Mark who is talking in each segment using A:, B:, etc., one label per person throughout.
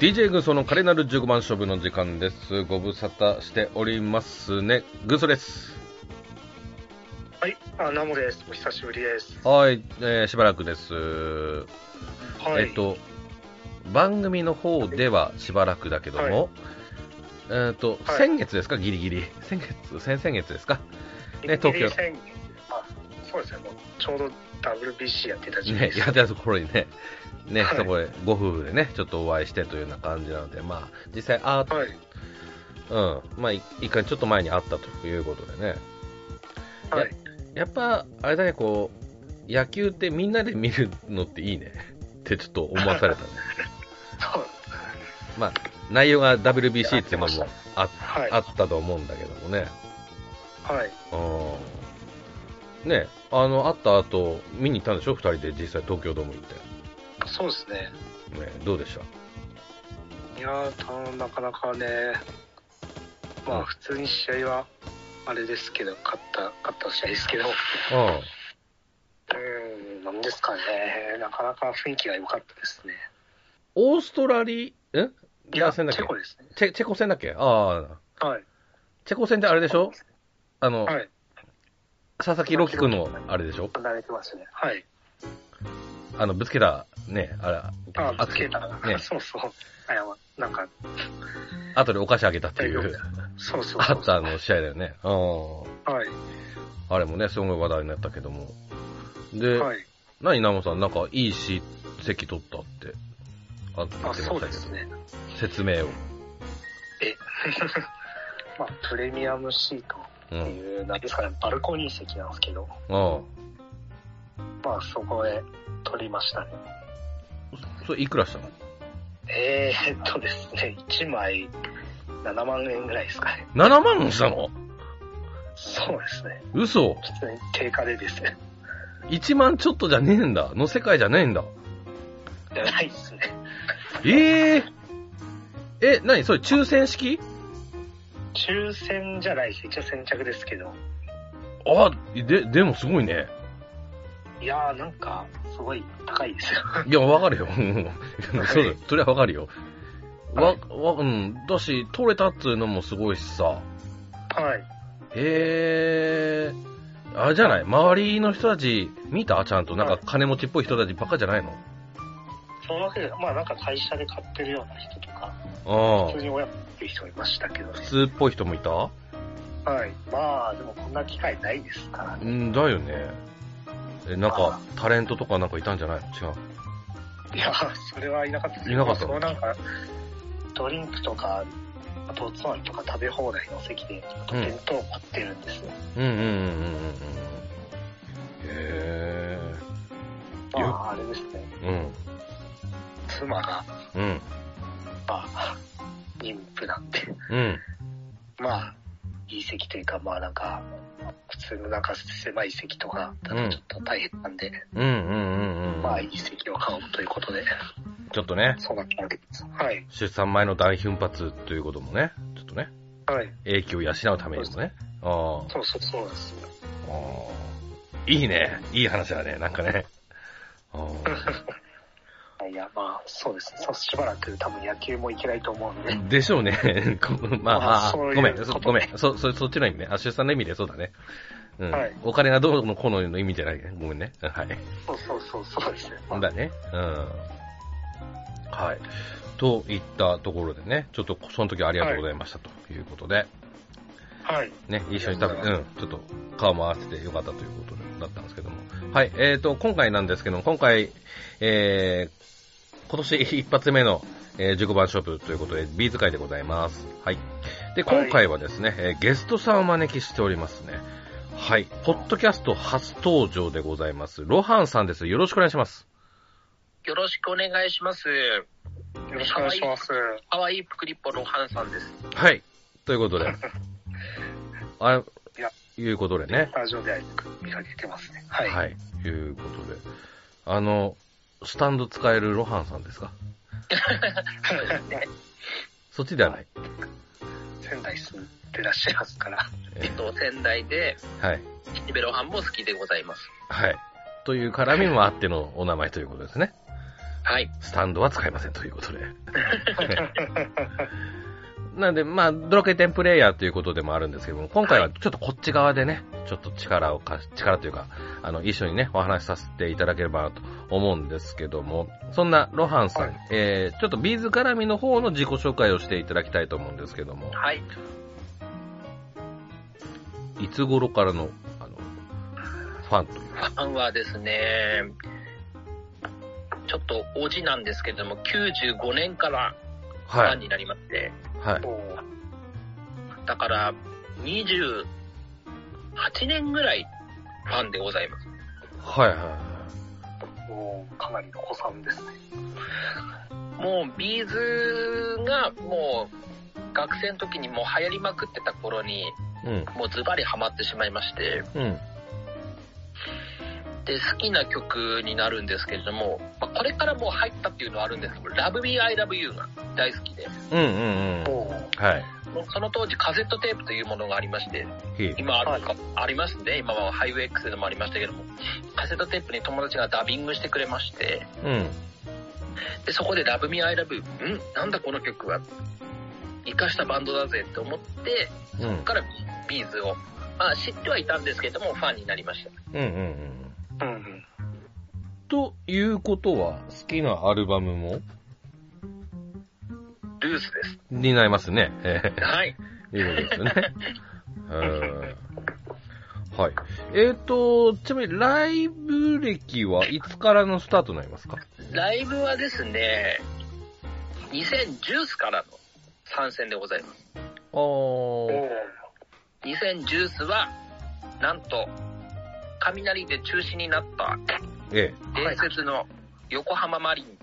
A: DJ 軍曹の華麗なる15番勝負の時間です。ご無沙汰しておりますね。軍曹です。
B: はい、あ、ナモです。お久しぶりです。
A: はい、えーしばらくです。
B: はい。
A: えっ、と、番組の方ではしばらくだけども、えっと、
B: はい
A: 先月ですか、ギリギリ。先月、先々月ですか。ね
B: ギリギリ
A: 東京
B: 宣言あ、そうですね。もうちょうど WBC やってた時
A: ね
B: 期で、す。
A: やってたところにね、ね、
B: はい
A: そこへご夫婦でね、ちょっとお会いしてというような感じなので、まあ、実際、あ
B: はい。
A: うん、まあ、い一回ちょっと前に会ったということでね。
B: はい。
A: やっぱ、あれだね、こう、野球ってみんなで見るのっていいね。 ってちょっと思わされた ね。
B: そう
A: まあ、内容が WBC っていうの
B: やってまし
A: も
B: た
A: あ
B: はい
A: あったと思うんだけどもね。
B: はい。
A: うん。ね、あの、会った後、見に行ったんでしょ二人で実際東京ドーム行っ
B: そうですね。
A: て。ね、どうでした
B: いやー、たなかなかね、ま
A: うん
B: あ普通に試合はあれですけど、勝った勝った試合ですけど、う
A: う ん。
B: ーん、なんですかね。なかなか雰囲気が良かったですね。
A: オーストラリア、ん
B: いや、チ
A: 戦だっけ
B: ェコですね。
A: チェチェコ戦だっけああ。
B: はい。
A: チェコ戦ってあれでしょあの、
B: はい。
A: 佐々木朗希君のあれでしょ
B: 慣れてますね。はい。
A: あの、ぶつけた、ね、あれ、
B: あ、
A: あ
B: つけたら、
A: ね
B: そうそう。あ、やば、なんか、
A: 後でお菓子あげたってい
B: 大
A: う
B: 丈、そうそう
A: あ
B: そう。
A: ったあの試合だよね。う
B: はい。
A: ん。あれもね、すごい話題になったけども。で、
B: はい。
A: 何、ナモさん、なんかいいし席取ったって、あ言ってま
B: あ、
A: した
B: そう
A: け
B: です
A: ど、
B: ね。
A: 説明を。
B: まあ、プレミアムシート
A: う
B: って
A: ん。
B: いう、なんですかね、バルコニー席なんですけど、
A: うん。
B: まあ、そこへ取りましたね。
A: それいくらしたの
B: えー、っとですね、1枚7万円ぐらいですかね。
A: ?7 万もしたの
B: そうですね。
A: 嘘
B: 普通に定価でですね。
A: !1 万ちょっとじゃねえんだ。の世界じゃねえんだ。
B: じゃないですね。
A: えええ、何それ抽選式
B: 抽選じゃないし、一応先着ですけど、
A: あ、で、でもすごいね。
B: いやー、なんか、すごい高いですよ。
A: いや、わかるよ。うんそうだよ。それはわかるよ。わ
B: は、
A: わ、うん。だし、取れたっつうのもすごいしさ。
B: はい。
A: へえ。あれじゃない周りの人たち、見たちゃんと。なんか金持ちっぽい人たちばっかじゃないの
B: そのわけで、まあ、なんか会社で買ってるような人とか、
A: う
B: 普通
A: ん。
B: に親っていう人もいましたけどね
A: 普。通っぽい人もいた
B: はい。まあ、でもこんな機会ないですから
A: う
B: ね。
A: ん、だよね。え、なんか、タレントとかなんかいたんじゃないの違う。
B: いや、それはいなかったです
A: いなかった
B: そのなんか、ドリンクとか、あとおつまみとか食べ放題の席で、あと
A: うん
B: 弁当を買ってるんですよ。
A: うんうんうんうんうんうん。へいや
B: まあ、あれですね。
A: え。
B: 妻が、
A: うん。うん。
B: まあ、妊婦なんで、
A: うん。
B: まあ、いい席というか、まあなんか、普通のなんか狭い席とか、だ
A: うん
B: とちょっと大変なんで、
A: うんうんうんうん。
B: まあいい席を買おうということで、
A: ちょっとね。
B: そうなったわけです。はい。
A: 出産前の大奮発ということもね、ちょっとね、
B: はい。
A: 英気を養うためにもね。あ
B: そうそうそうなんですよ。
A: あああいいね。いい話だね。なんかね。あ
B: いや、まあ、そうですね。そうしばらく多分野球もいけないと思うんで。
A: あでしょうね。 こま
B: ま
A: あ、
B: あ
A: ああ
B: そういう
A: ごめん。そ
B: こと
A: ごめん。そ、そ、そっちの意味ね。あ、出産の意味でそうだね。うん。
B: はい
A: お金がどうのこうのの意味じゃないね。ごめんね。うんはい。
B: そうそうそう、そうですね。まあ
A: だね。うん。はい。といったところでね、ちょっとその時はありがとうございましたということで。
B: はい。
A: ね、一緒に多分、
B: あ
A: う
B: りが
A: ん、ちょっと顔も合わせてよかったということだったんですけども。はい、えーと、今回なんですけども、今回、えー、今年一発目の、えー、15番勝負ということで、B 使いでございます。はい。で、
B: はい
A: 今回はですね、えーゲストさんをお招きしておりますね。はい。ポッドキャスト初登場でございます。ロハンさんです。よろしくお願いします。
C: よろしくお願いします。
B: よろしくお願いします。
C: かわいいプクリッポロハンさんです。
A: はい。ということ で。あ
B: いや、
A: いうことでね
B: ス。タジオではよく見られてますね。はい。
A: はい。いうことで。あの、スタンド使えるロハンさんですか
C: そうですね。
A: そっちではない。
B: 仙台住んでらっしゃいますから。
C: えっと、仙台で、
A: はい。
C: シベロハンも好きでございます。
A: はい。という絡みもあってのお名前ということですね。
C: はい。
A: スタンドは使いませんということで。 なんで、まあ、ドラクエ10プレイヤーということでもあるんですけども、今回はちょっとこっち側でね、ちょっと力を貸し、力というか、あの、一緒にね、お話しさせていただければと思うんですけども、そんなロハンさん、
B: はい
A: えー、ちょっとビーズ絡みの方の自己紹介をしていただきたいと思うんですけども、
C: はい。
A: いつ頃からの、あの、ファンというか、
C: ファンはですね、ちょっとおじなんですけれども、95年からフ
A: は
C: ァ
A: い、
C: ンになりまして、
A: はい、
B: おー
C: だから、28年ぐらいファンでございます。
A: はい、は
B: おーかなりの子さんですね。
C: もう、ビーズがもう、学生の時にもう流行りまくってた頃に、
A: い、うん、
C: もうズバリハマってしまいまして、
A: うん、
C: で、好きな曲になるんですけれども、まあこれからもう入ったっていうのはあるんですけど、Love Me, I Love You が大好きで、
A: うん、うん、うん、
B: おー
A: はい、
C: その当時カセットテープというものがありまして、
A: ひい、
C: 今あるか、ありますね、今はハイウェイ X でもありましたけども、カセットテープに友達がダビングしてくれまして、
A: うん、
C: で、そこで Love Me, I Love You、んなんだこの曲は、生かしたバンドだぜって思って、
A: うん、うん、
C: からビーズを、まあ知ってはいたんですけれども、ファンになりました。
A: うん、うん。
B: うんうん。
A: ということは、好きなアルバムも
C: ルースです。
A: になりますね。 え
C: はい。
A: ーいうことですよね。うんはい。えっ、と、ちなみにライブ歴はいつからのスタートになりますか
C: ライブはですね、2010からの参戦でございます。
A: あー。
C: 2010は、なんと、雷で中止になった
A: え
C: 伝説の横浜マリン、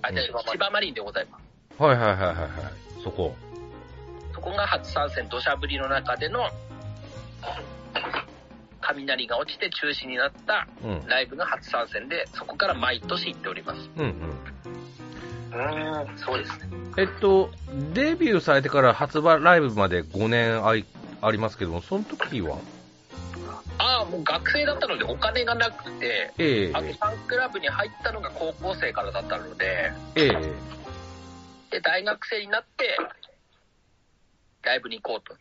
C: あ、違う
B: 千葉マリン
C: 千葉マリンでございます。
A: え。はいはいはいはいはい。そこ。
C: そこが初参戦土砂降りの中での、雷が落ちて中止になった
A: うん。うん
C: ライブが初参戦で、そこから毎年行っております。
A: うん。
B: うん。
C: そうですね。
A: えっと、デビューされてから発売ライブまで5年あいありますけども、その時は
C: ああ、もう学生だったのでお金がなくて、
A: ええ
C: あとファンクラブに入ったのが高校生からだったので、
A: ええ
C: で、大学生になって、ライブに行こうと。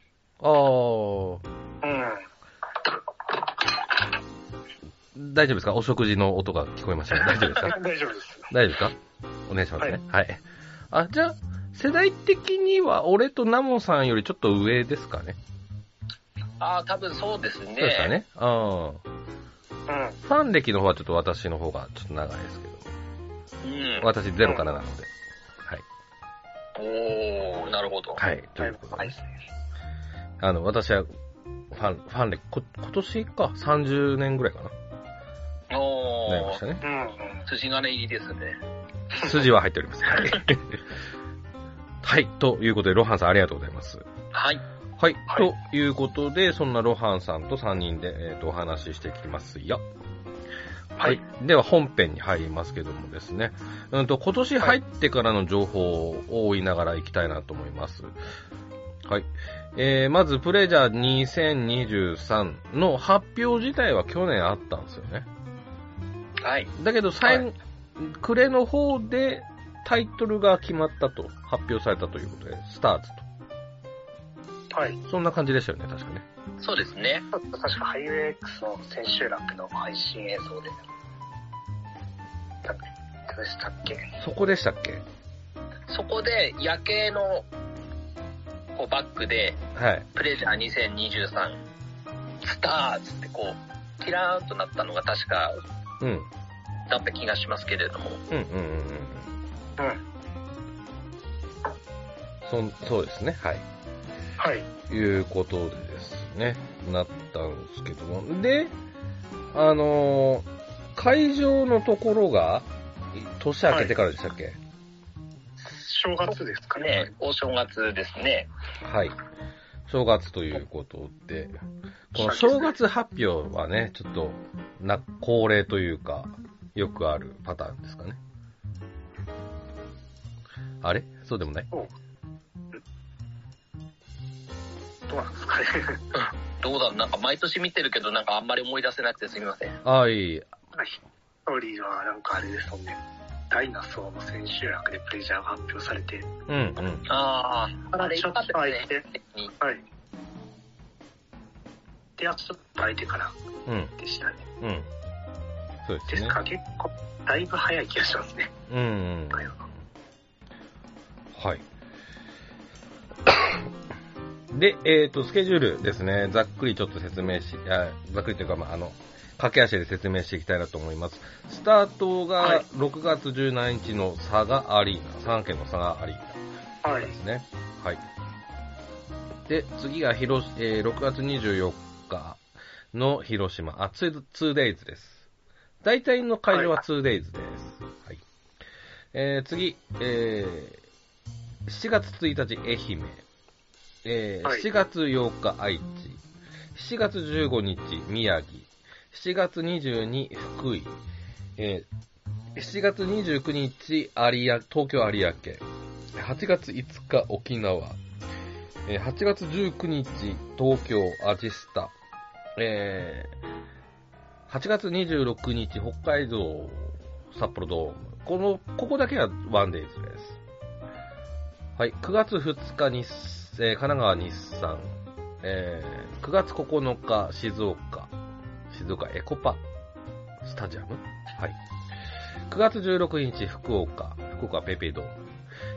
A: あー。
B: うん。
A: 大丈夫ですかお食事の音が聞こえましたね。大丈夫ですか
B: 大丈夫です。
A: 大丈夫ですかお願いしますね。はい。あ、じゃあ、世代的には俺とナモさんよりちょっと上ですかね。
C: ああ、多分そうですね。
A: そうですかね。うん。
B: うん。
A: ファン歴の方はちょっと私の方がちょっと長いですけど。
C: うん。
A: 私ゼロからなので。はい。
C: おー、なるほど。
A: はい。ということです。あの、私は、ファン、ファン歴、こ今年か、30年ぐらいかな。
C: お
A: なりま
C: ー
A: した、ね。
B: うん。
C: 筋金入りですね。
A: 筋は入っております。 はい。はい。ということで、ロハンさんありがとうございます。
C: はい。
A: はい。
B: はい
A: ということで、そんなロハンさんと3人で、えーとお話ししていきますよ。はい。では本編に入りますけどもですね。うんと、今年入ってからの情報を追いながらいきたいなと思います。はい。えー、まず、プレジャー2023の発表自体は去年あったんですよね。
C: はい。
A: だけど、最後、
B: は
A: 暮れの方でタイトルが決まったと、発表されたということで、スターズ
B: はい。
A: と。そんな感じでしたよね、確かね。
C: そうですね。
B: 確かハイウェイ X の千秋楽の配信映像で。だどうしたっけ
A: そこでしたっけ
C: そこで夜景のこうバックで、
A: はい。
C: プレジャー2023、スターズってこう、キラーンとなったのが確か
A: うん。うん
C: だった気がしますけれども。
A: うんうんうん。
B: うん。
A: そん、そうですね。はい。
B: はい。
A: いうことでですね、なったんですけども。で、あのー会場のところが、い年明けてからでしたっけ
B: 正月ですかね。
C: ね、お正月ですね。
A: はい。正月ということで、この
B: 正
A: 正
B: 月
A: 月発表はね、ちょっと、な、恒例というか、よくあるパターンですかね。あれそうでもない
B: どうなんですかね。
C: どうだろうなんか毎年見てるけど、なんかあんまり思い出せなくてすみません。
A: ああ、いい。
B: ストーリーはなんかあれですもんね。ダイナソーの千秋楽でプレジャーが発表されて、
A: うん、うん。
C: ああ、あれ
B: ちょ
C: 良
B: っ
C: かっ
B: と
C: た
B: 空い
C: です
B: て、
C: ね。に
B: はい。で、あとちょっと空いてから
A: うん、
B: でしたね。
A: うん。そうで
B: ですす
A: ね。
B: か、結構、だいぶ早い気がしますね。
A: うん、うん。
B: これは
A: はい。 で、えっ、と、スケジュールですね、ざっくりちょっと説明し、あざっくりというか、まあ、あの、駆け足で説明していきたいなと思います。スタート
B: は
A: が
B: い
A: 6月17日の佐賀アリーナ、佐賀県の佐賀アリーナ。
B: はい
A: で。すね。はい。で、次が広し、えー6月24日の広島。あ、2 2days です。大体の会場は 2days です。はい。えー、次、えー、7月1日、愛媛。えー
B: はい
A: 7月8日、愛知。7月15日、宮城。7月22日、福井。えー7月29日、有明東京有明。8月5日、沖縄。えー8月19日、東京、アジスタ。えー8月26日、北海道、札幌ドーム。この、ここだけはワンデイズです。はい、9月2日に、えー神奈川日産。えー9月9日、静岡。静岡エコパスタジアムはい。9月16日、福岡。福岡ペペドーム。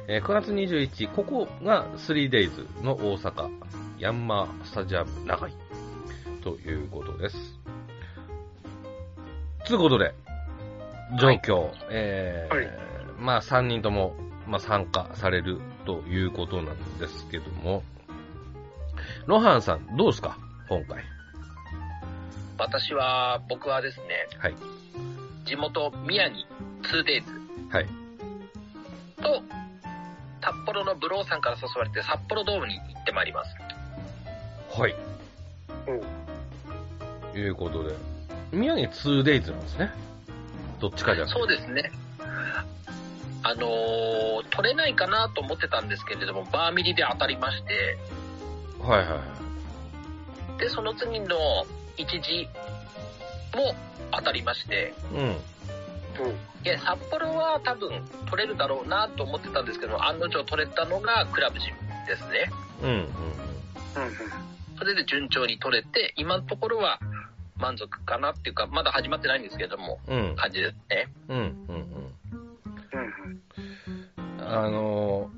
A: えー9月21日、ここが 3days の大阪、ヤンマースタジアム長井ということです。つうことで、状況、えー
B: はい
A: まあ3人とも、まあ、参加されるということなんですけども、ロハンさん、どうですか今回。
C: 私は、僕はですね、
A: はい。
C: 地元宮城 2days
A: はい。
C: と、札幌のブローさんから誘われて札幌ドームに行ってまいります。
A: はい。
B: うん
A: ということで、宮城 2days なんですね。どっちかじゃなくて
C: そうですね。あのー取れないかなと思ってたんですけれども、バーミリで当たりまして、
A: はいはいはい。
C: で、その次の一時も当たりまして、
A: うん。
C: いや、札幌は多分取れるだろうなと思ってたんですけど、案の定取れたのがクラブジムですね。
A: うんうん
B: うん。うん
C: それで順調に取れて、今のところは満足かなっていうか、まだ始まってないんですけども、
A: うん。うん
C: 感じですね。
A: うんうん
B: うん。
A: うん。あの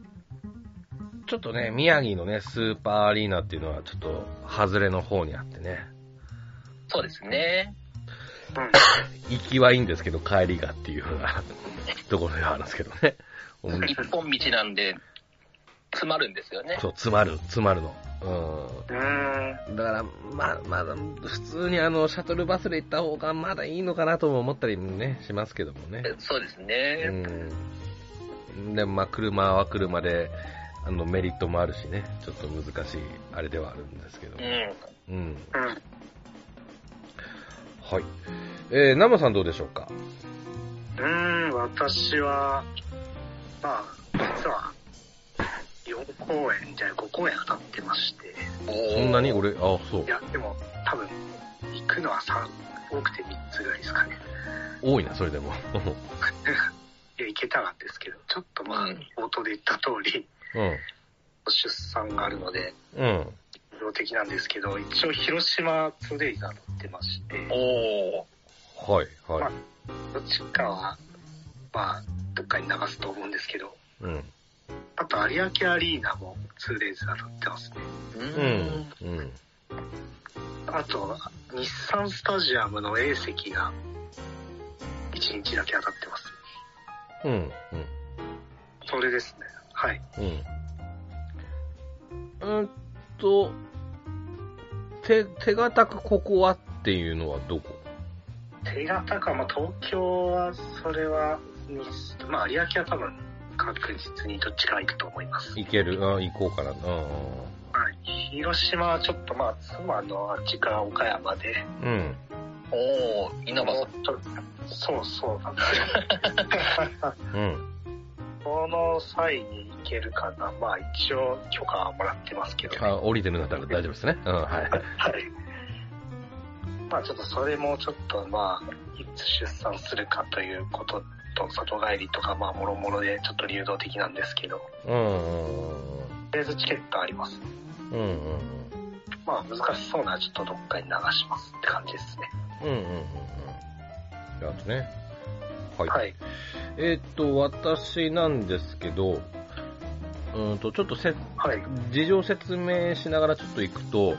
A: ー、ちょっとね、宮城のね、スーパーアリーナっていうのはちょっと外れの方にあってね、
C: そうですね。
B: うん。
A: 行きはいいんですけど帰りが っていうようなところではあるんですけどね。思い
C: 一本道なんで、詰まるんですよね。
A: そう、詰まる、詰まるの。うん。
B: うーん。
A: だから、ま、まだ、普通にあの、シャトルバスで行った方がまだいいのかなとも思ったりね、しますけどもね。
C: そうですね。
A: うん。でも、まあ、車は車で、あの、メリットもあるしね、ちょっと難しい、あれではあるんですけど
C: うん。
A: も。うん。
B: うん。
A: はい。えー、ナムさんどうでしょうか
B: うーん、私は、まあ、実は、4公演じゃない5公演当たってまして、
A: そんなに俺、あ、そう
B: い。や、でも、多分、行くのは3、多くて3つぐらいですかね。
A: 多いな、それでも。
B: いや、行けたらですけど、ちょっとまあ
C: うん、
B: 冒頭で言った通り、出産があるので、
A: うん。うん。
B: 量的なんですけど、一応広島 2days 当たってまして、
C: おおー
A: はい、はい。
B: どっちかは、まあ、どっかに流すと思うんですけど、
A: うん。
B: あと有明アリーナも 2days 当たってますね。
C: う
A: うん
C: ん。。
A: うん。
B: あと、日産スタジアムの A 席が1日だけ当たってます。
A: うん。
B: それですね。はい。
A: うん。うん。うんと、手、手堅くここはっていうのはどこ
B: 手形か、まあ、東京は、それは、日まあ、有明は多分、確実にどっちか行くと思います。
A: 行けるあ行こうかな。うん
B: はい。広島はちょっと、まあ、妻のあっちから岡山で、
A: うんうん。
C: おお稲葉さん。
B: ちょっとそうそうなんですよ。
A: うん。うん。
B: この際に行けるかな。まあ、一応、許可はもらってますけど、
A: あ、降りてるんだったら大丈夫ですね。うん、はい。
B: はい。まあちょっとそれもちょっとまあ、いつ出産するかということと里帰りとか、まあ、もろもろでちょっと流動的なんですけど、
A: う
B: と
A: ん
B: りあえずチケットあります。
A: うんうんうんうん
B: まあ、難しそうならちょっとどっかに流しますって感じですね。
A: うんうんうんうんやつねはい、
B: はい。
A: えーっと私なんですけどうーんとちょっとせ
B: はい。
A: 事情説明しながらちょっと行くと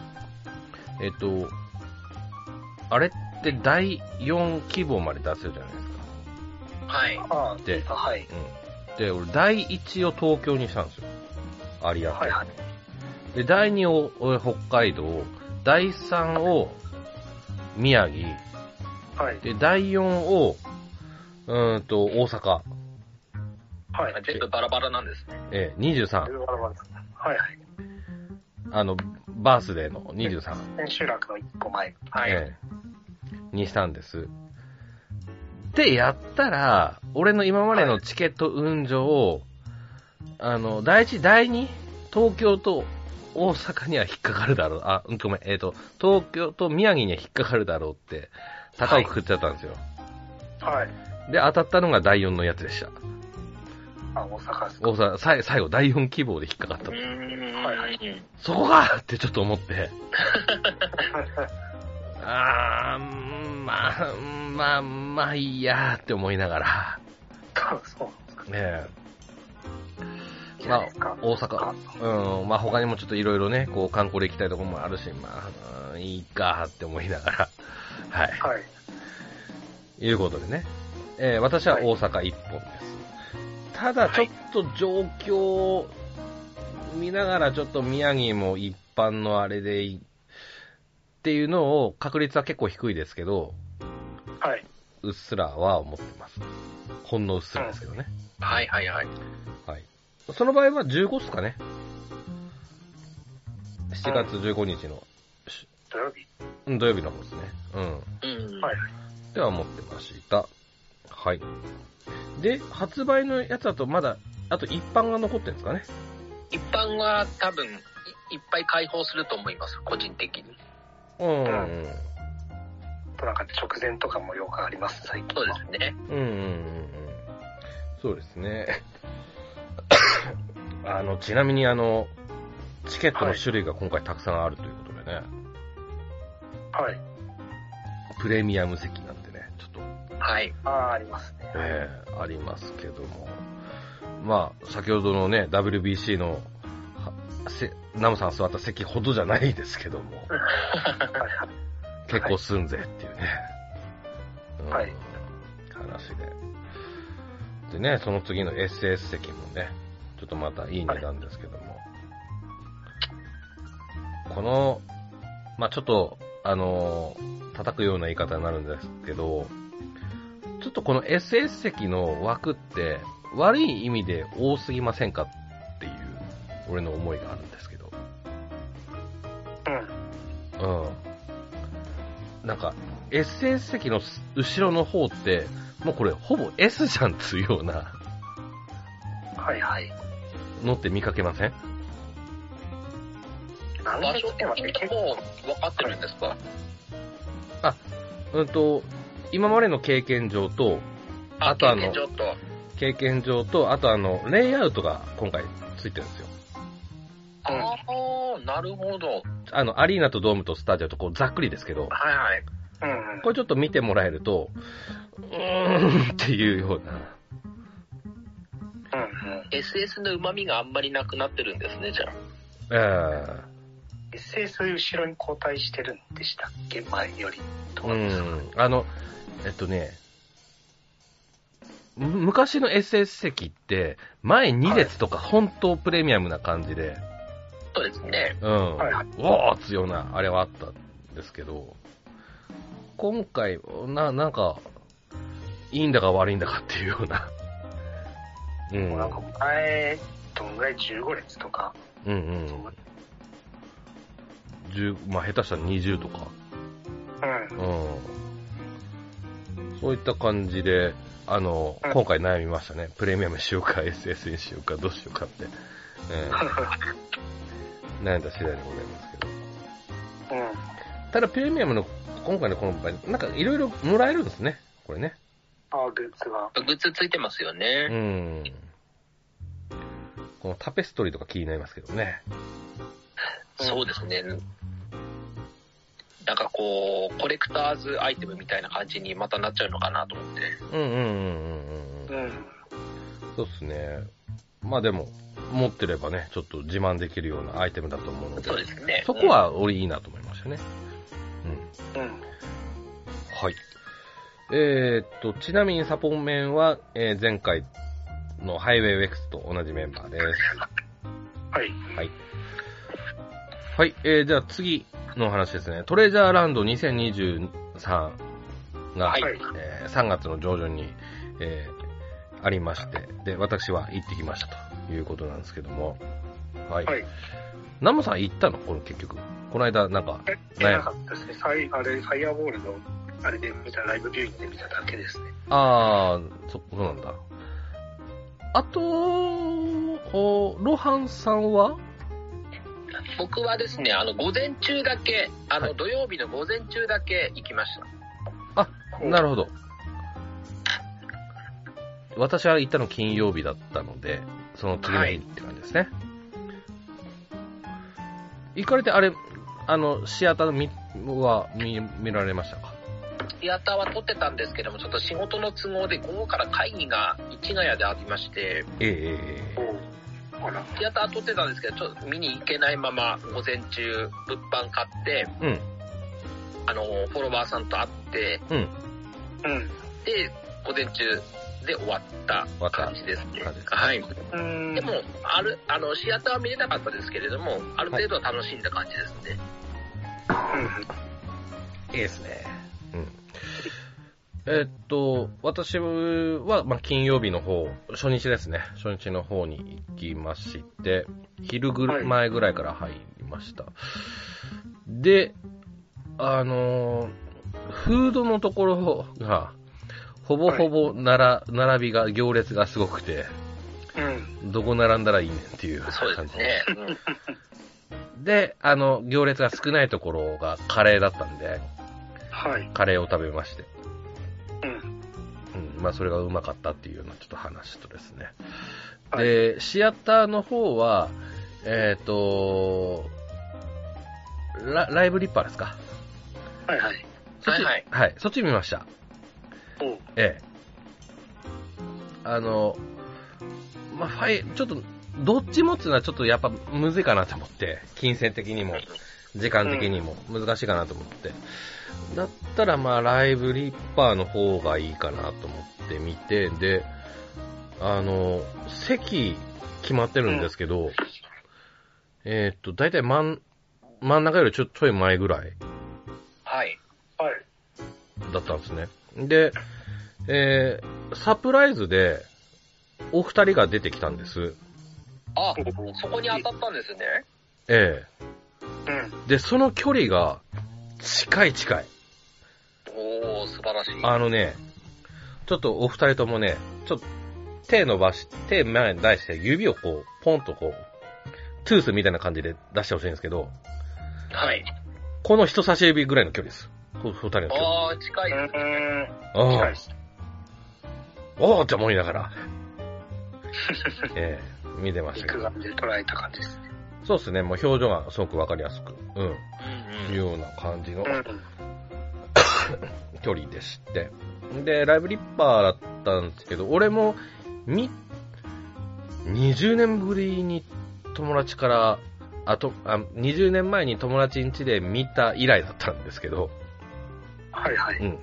A: えーっとあれって第4規模まで出せるじゃないですか
C: はい。
B: ああ、
A: で
B: はい。
A: うん。で、俺、第1を東京にしたんですよ。有明。
B: はいはい。
A: で、第2をえ北海道、第3を宮城、
B: はい。
A: で、第4を、うーんと、大阪、
B: はい。
C: あ全部バラバラなんですね。
A: えー、23、
B: はいはい。
A: あの、バースデーの23、
B: 千秋楽の一個前。はい。
A: えーにしたんです。で、やったら、俺の今までのチケット運上を、あの、第1、第2、東京と大阪には引っかかるだろう。あ、うんごめん、えっ、と、東京と宮城には引っかかるだろうって、高をくくっちゃったんですよ。
B: はい。
A: で、当たったのが第4のやつでした。
B: あ、大阪ですか。
A: 大阪、さい最後、第4希望で引っかかった。
B: はいは
A: そこがってちょっと思って。あー、うんまあ、うんまあ、まあいいやーって思いながら、
B: そう。
A: ねえ、
B: いい
A: ま
B: な
A: あ
B: いですか。、
A: 大阪、うん、まあ他にもちょっといろいろね、こう観光で行きたいところもあるし、まあ、うんいいかーって思いながら、 はい、
B: はい。
A: いうことでね、えー私は大阪一本です。ただちょっと状況を見ながらちょっと宮城も一般のあれでいっていうのを確率は結構低いですけど、
B: はい。
A: うっすらは思ってます。ほんのうっすらですけどね。
C: はいはいはい。
A: はい。その場合は15っすかね。7月15日の、
B: 土曜日。
A: うん、土曜日の方ですね。うん。
C: うん。
B: はい。
A: では持ってました。はい。で、発売のやつだとまだ、あと一般が残ってるんですかね。
C: 一般は多分い、いっぱい開放すると思います、個人的に。
A: うん
B: となんか直前とかもよくあります、最近
C: そう
B: は。
C: ですね。
A: うんうん。うんうんうんうん。そうですね。 あの、ちなみにあの、チケットの種類が今回たくさんあるということでね、
B: はい。
A: プレミアム席なんてね、ちょっと
C: はい。
B: ああ、ありますね。
A: ええありますけども。まあ、先ほどのね、WBC の、はせナムさん座った席ほどじゃないですけども、
B: はいはい。
A: 結構すんぜっていうね。うん
B: はい
A: 話で。でね、その次の SS 席もね、ちょっとまたいい値段ですけども。この、まあちょっと、あのー叩くような言い方になるんですけど、ちょっとこの SS 席の枠って、悪い意味で多すぎませんかっていう、俺の思いがあるんですけど。
B: うん。
A: うん。なんか、SS 席のす後ろの方って、もうこれほぼ S じゃんっていうような
B: はいはい。
A: のって見かけません
B: 何
C: 場
B: で
C: 所
B: しょ
C: 的に
B: 結構。
C: もう分かってるんですか
A: うんと、今までの経験上と、あとあの
C: 経験上と。
A: 経験上と、あとあの、レイアウトが今回ついてるんですよ。
C: ああ、なるほど。
A: あの、アリーナとドームとスタジオとこうざっくりですけど、
C: はいはい。
B: うんうん。
A: これちょっと見てもらえると、うーんっていうような。
B: うんうん。
C: SS の旨味があんまりなくなってるんですね、じゃあ。
A: えー
B: SS 後ろに交代してるんでしたっけ前より。ど
A: う
B: うです
A: ん。
B: か
A: あの、えっとね、む昔の SS 席って、前2列とか本当プレミアムな感じで、
C: そうですね。
A: うん。
B: はいは
A: おーっつうような、あれはあったんですけど、今回、な、なんか、いいんだか悪いんだかっていうよう な。う
B: も
A: ん。
B: うなんか前、どんぐらい15列とか。
A: うんうん。10まあ下手したら20とか。
B: うん。
A: うんそういった感じで、あの
B: う、ん
A: 今回悩みましたね。プレミアムしようか、SS にしようか、どうしようかって。えー悩んだ次第でございますけど。
B: うん。
A: ただ、プレミアムの、今回のこの場合、なんかいろいろもらえるんですね。これね。
B: ああ、グッズは。
C: グッズついてますよ
A: う
C: ね。
A: ん。このタペストリーとか気になりますけどね。
C: そうですね。なんかこう、コレクターズアイテムみたいな感じにまたなっちゃうのかなと思って。
A: うんうんうんうんう。
B: うんん。
A: そうっすね。まあでも、持ってればね、ちょっと自慢できるようなアイテムだと思うので、
C: そうですね。
A: そこは俺いいなと思いましたね。うん。
B: うん。
A: はい。えーっと、ちなみにサポメンは、えー前回のハイウェイウェックスと同じメンバーです。
B: はい。
A: はい。はい、えー、じゃあ次の話ですね。トレジャーランド2023が、
C: はい
B: はい。
A: えー3月の上旬に、えーありまして、で、私は行ってきましたということなんですけども、はい。
B: はい。
A: ナムさん行ったのこれ結局。この間なんか、
B: え、出なかったですね。サイ、あれ、ファイアボールの、あれで見た、ライブビューイングで見ただけですね。
A: ああ、そ、そうなんだ。あと、おロハンさんは
C: 僕はですね、あの、午前中だけ、あ
A: は
C: の、
A: い
C: 土曜日の午前中だけ行きました。
A: なるほど。私は行ったの金曜日だったので、その次の日って感じですね。行かれて、あれ、あの、シアターみは見見られましたか
C: シアターは撮ってたんですけども、ちょっと仕事の都合で午後から会議が市ヶ谷でありまして、
A: えええええ
B: おあら。
C: シアター撮ってたんですけど、ちょっと見に行けないまま、午前中、物販買って、
A: えうん、
C: あの、フォロワーさんと会って、
A: うん、
B: うん。
C: で、午前中で終わった
A: わか
C: 感
A: る。
C: じですね
A: わかる。
C: はい。
B: うん。
C: でも、ある、あの、シアターは見れなかったですけれども、ある程度は楽しんだ感じですね。
A: いいですね。うん。えーっと、私は、まあ、金曜日の方、初日ですね。初日の方に行きまして、昼ぐ
B: はい
A: 前ぐらいから入りました。で、あのーフードのところが、ほぼほぼなら、並びが、行列がすごくて、
B: うん。
A: どこ並んだらいいねんっていう
C: そうで
A: 感じ
C: すね。うん
A: で、あの、行列が少ないところがカレーだったんで、
B: はい。
A: カレーを食べまして。
B: うん。
A: うん、まあそれがうまかったっていうようなちょっと話とですね。
B: はい
A: で、シアターの方は、えっ、とラ、ライブリッパーですか
B: はいはい。
A: そっち、
C: はいはい
A: そっち見ました。
B: おう。
A: ええ。あの、まあ、ファイ、ちょっと、どっちもっていうのはちょっとやっぱむずいかなと思って、金銭的にも、時間的にも難しいかなと思って。だったらまあライブリッパーの方がいいかなと思って見て、で、あの、席決まってるんですけど、えーっと、だいたい真ん、真ん中よりちょっとちょい前ぐらい
C: はい。
B: はい。
A: だったんですね。で、えー、サプライズで、お二人が出てきたんです。
C: あ、そこに当たったんですね。
A: え
B: うん。
A: えで、その距離が、近い近い。
C: おー、素晴らしい。
A: あのね、ちょっとお二人ともね、ちょっと手伸ばし、手前に出して指をこう、ポンとこう、トゥースみたいな感じで出してほしいんですけど、
C: はい。
A: この人差し指ぐらいの距離です。こ二人の距離。
C: あー、近い。
B: うん。
A: あ
B: 近い
A: あ
B: です。
A: おーって思いなが ら。ええ見てましたけ
B: 肉
A: ど。
B: 眼で捉えた感じですね。
A: そうですね、もう表情がすごくわかりやすく、う
C: うん
A: ん、いう
C: うん
A: ような感じの
B: うん。
A: 距離でして。で、ライブリッパーだったんですけど、俺も、み、20年ぶりに友達から、あと、あ、20年前に友達ん家で見た以来だったんですけど、
B: はいは
A: う
B: い。
A: ん。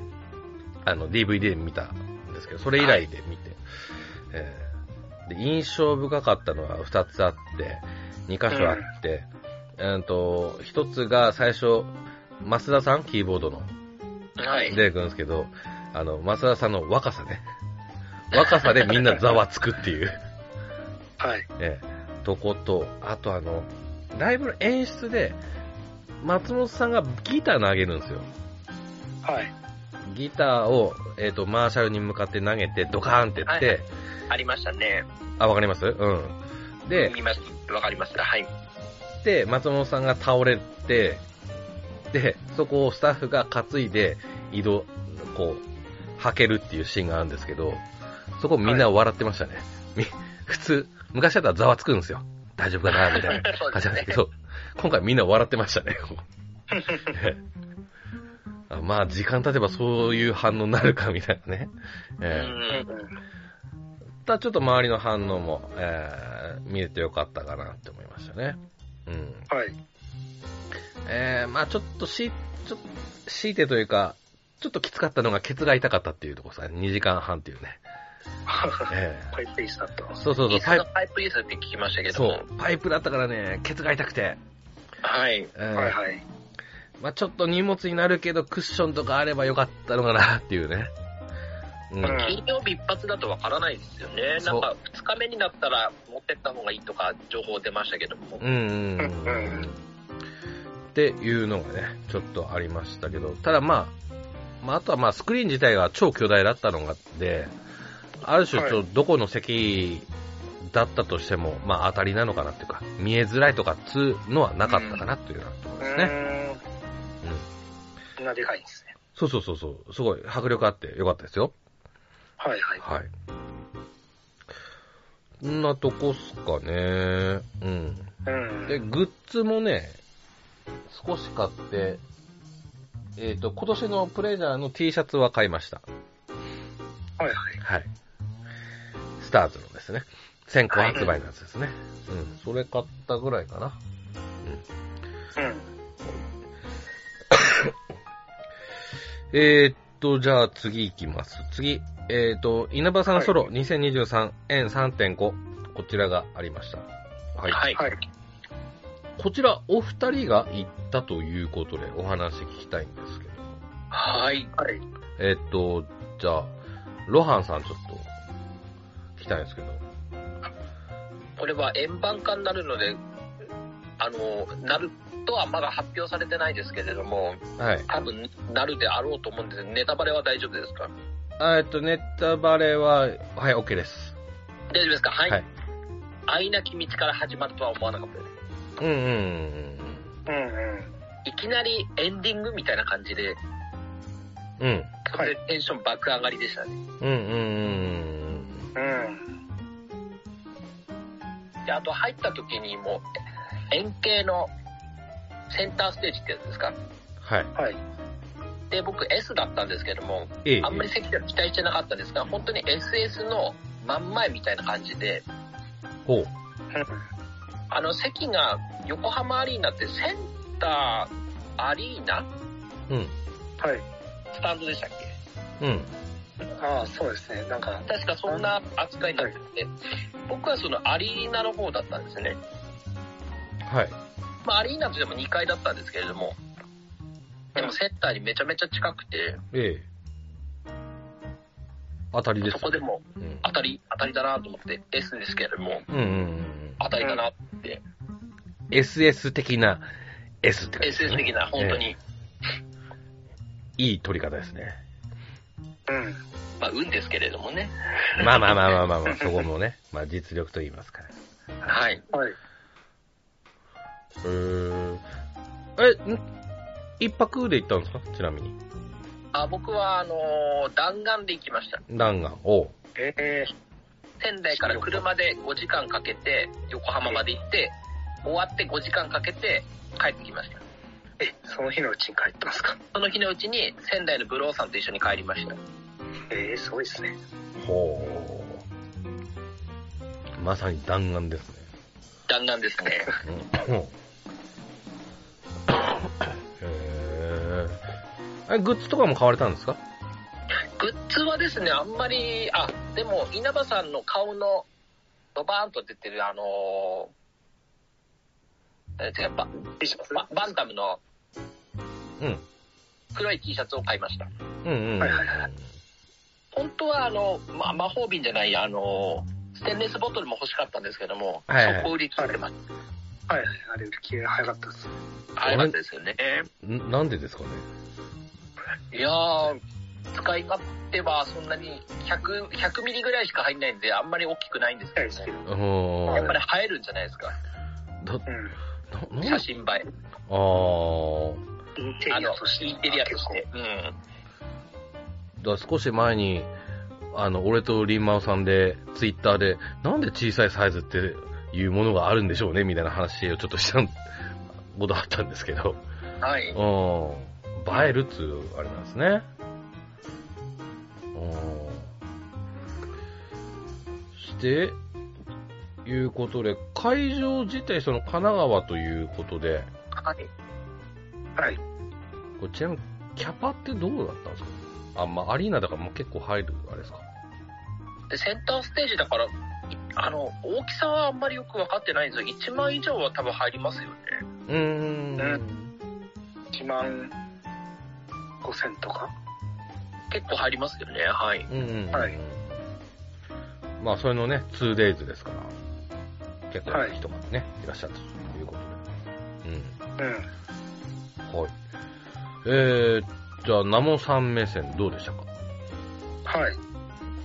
A: あの、DVD で見たんですけど、それ以来で見て。えーで、印象深かったのは2つあって、2箇所あって、うんと、1つが最初、増田さん、キーボードの。
C: はい。
A: 出てくるんですけど、あの、増田さんの若さね。若さでみんなざわつくって いう、
B: はい。
A: ええ、とこと、あとあの、ライブの演出で、松本さんがギター投げるんですよ。
B: はい。
A: ギターを、えっ、と、マーシャルに向かって投げて、ドカーンって言って、
C: はいありましたね。
A: あ、わかりますうん。で、
C: 見ました。わかりました。はい。
A: で、松本さんが倒れて、で、そこをスタッフが担いで、移動、こう、履けるっていうシーンがあるんですけど、そこみんな笑ってましたね。み普通、昔だったらざわつくんですよ。大丈夫かなみたいな
C: そう
A: 感じ
C: です
A: なんですけ。
C: ね
A: ど、今回みんな笑ってましたね。 ええあまあ、時間経てばそういう反応になるかみたいなね。
C: う
A: ええ
C: ん。
A: ただちょっと周りの反応も、ええ見れてよかったかなって思いましたね。うん。
B: はい。
A: ええまあちょっとし、ちょっと、強いてというか、ちょっときつかったのがケツが痛かったっていうところですね。2時間半っていうね。ええ
B: ハイペースだった。
A: そうそうそ
C: イ
A: う、
C: ースのパイプイースって聞きましたけど
A: そ
C: も
A: う、パイプだったからね、ケツが痛くて。
C: はい。
A: ええ
B: はいはい。
A: まあちょっと荷物になるけど、クッションとかあればよかったのかなっていうね。うん。
B: うん
C: 金曜日一発だとわからないですよね。
A: そ
C: な
A: うん
C: か2日目になったら持ってった方がいいとか情報出ましたけども。
A: うんうんうんうん。っていうのがね、ちょっとありましたけど、ただまあ、まあ、あとはまあスクリーン自体が超巨大だったのがで、ある種ちょっとどこの席だったとしても、まあ当たりなのかなっていうか、見えづらいとかっつうのはなかったかなっていうようなところですね。
B: う
A: うん
B: ーん。みんなでかいんですね。
A: そうそうそうそう、すごい迫力あってよかったですよ。
B: はいはい。
A: はい。こんなとこっすかね。うん。
B: うん。
A: で、グッズもね、少し買って、えっ、と、今年のプレジャーの T シャツは買いました。
B: はいはい。
A: はい。スターズのですね。先行発売のやつですね。うん。それ買ったぐらいかな。
B: うん。
A: えーっと、じゃあ次行きます。次。えーっと、稲葉さんソロ2023円3.5。こちらがありました。はい。
C: はい。
B: はい。
A: こちら、お二人が行ったということでお話聞きたいんですけど。
C: はい。
B: はい。
A: えーっと、じゃあ、ロハンさんちょっと、聞きたいんですけど。
C: これは円盤化になるので、あの、なるとはまだ発表されてないですけれども、
A: はい。
C: 多分なるであろうと思うんですネタバレは大丈夫ですか
A: あーえーっと、ネタバレは、はい、OK です。
C: 大丈夫ですかはい。
A: はい
C: 愛なき道から始まるとは思わなかったです。
A: うんうんうん
B: うん
C: いきなりエンディングみたいな感じで、
A: うん。うん。
B: はい
C: テンション爆上がりでしたね。
A: うんうんうん
B: うん。うん。
C: で、あと入った時にもう、円形のセンターステージってやつですか
A: はい。
B: はい。
C: で、僕 S だったんですけども、
A: ええ
C: あんまり席では期待してなかったんですが、本当に SS の真ん前みたいな感じで、
A: ほう。
C: あの席が横浜アリーナってセンターアリーナ
A: うん。
B: はい。
C: スタンドでしたっけ
A: うん。
B: ああ、そうですね。なんか、
C: 確かそんな扱いになってて、僕はそのアリーナの方だったんですね。
A: はい。
C: まあ、アリーナとでも2階だったんですけれども、でもセンターにめちゃめちゃ近くて、
A: ええ。当たりです。
C: そこでも
A: うん。
C: 当たり、当たりだなと思って、S ですけれども、
A: うんうんうん。
C: 当たりだな、
A: SS 的な S って感じですね
C: SS 的な、本当
A: え
C: に、
A: えいい取り方ですね。
B: うん。
C: まあ、運ですけれどもね。
A: まあまあまあまあまあまあ、そこもね。まあ実力と言いますから。
C: はい。
B: はい。
A: うーん。え、ん一泊で行ったんですかちなみに。
C: あ僕は、あのー弾丸で行きました。
A: 弾丸。おう。
B: ええ
C: 仙台から車で5時間かけて、横浜まで行って、終わって5時間かけて帰ってきました。
B: え、その日のうちに帰ってますか
C: その日のうちに仙台のブローさんと一緒に帰りました。
B: ええすごいですね。
A: ほう。まさに弾丸ですね。
C: 弾丸ですね。
A: うん。 へえ。え、グッズとかも買われたんですか
C: グッズはですね、あんまり、あ、でも稲葉さんの顔のドバーンと出てる、あのー、え違うバ
B: いいします
C: ババンダムの
A: うん。
C: 黒い T シャツを買いました。
A: うんうんうん。
B: はいはいは
C: 本当はあの、ま、魔法瓶じゃない、あのー、ステンレスボトルも欲しかったんですけども、
A: はいはい
C: そこ売り切れまし
B: はいはい。あれ、気が早かったです。
C: た。あれなんですよね。
A: んなんでですかね
C: いやー、使い勝手はそんなに100、100ミリぐらいしか入んないんで、あんまり大きくないんですけ
B: 大
C: ど
B: 好
C: も、
B: き。
A: うーん。
C: やっぱり映えるんじゃないですか。
A: だ
B: う
A: な、な
B: ん。
A: ん
C: 写
A: あ
C: 真映え。
A: あー。
B: インテ
C: あ
B: リ
C: の
B: アとし、て。
C: インテリアとして。うん。
A: だ少し前に、あの、俺とリンマオさんで、ツイッターで、なんで小さいサイズっていうものがあるんでしょうね、みたいな話をちょっとしたことあったんですけど、
C: はい。
A: うん、映えるっつう、あれなんですね。うん。して、いうことで、会場自体、その神奈川ということで、
C: はい。
B: はい。
A: これちなみにキャパってどうだったんですかあ、まあ、アリーナだからもう結構入る、あれですか。
C: で、センターステージだから、いあの、大きさはあんまりよく分かってないんですよ。1万以上は多分入りますよね。
A: うーん。
B: 1万5000とか
C: 結構入りますよね。はい。
A: うんうんうん
B: はい
A: まあ、それのね、2days ですから、結構
B: は
A: ない人がね、い、らっしゃったということで。
B: う。
A: うんん。はい。えー、じゃあ、ナモさん目線どうでしたか
B: はい。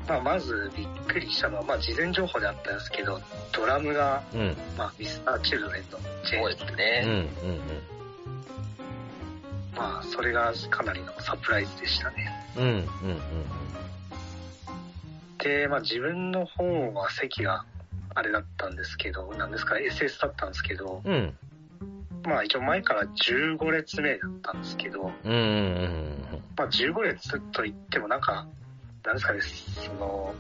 B: まあ、まずびっくりしたのは、まあ、事前情報であったんですけど、ドラムが、
A: うん。うん、
B: まあ、ミスター・チルドレンのチェ
C: そう
B: ーン
C: です
A: うん、う
C: ね。
A: ん。
B: まあ、それがかなりのサプライズでしたね。
A: うん、うん、
B: で、まあ、自分の方は席があれだったんですけど、なんですか、SS だったんですけど、
A: うん。うん、
B: まあ、一応前から15列目だったんですけど、
A: うん、うん、
B: まあ、15列といってもなんか、なんですかね、その、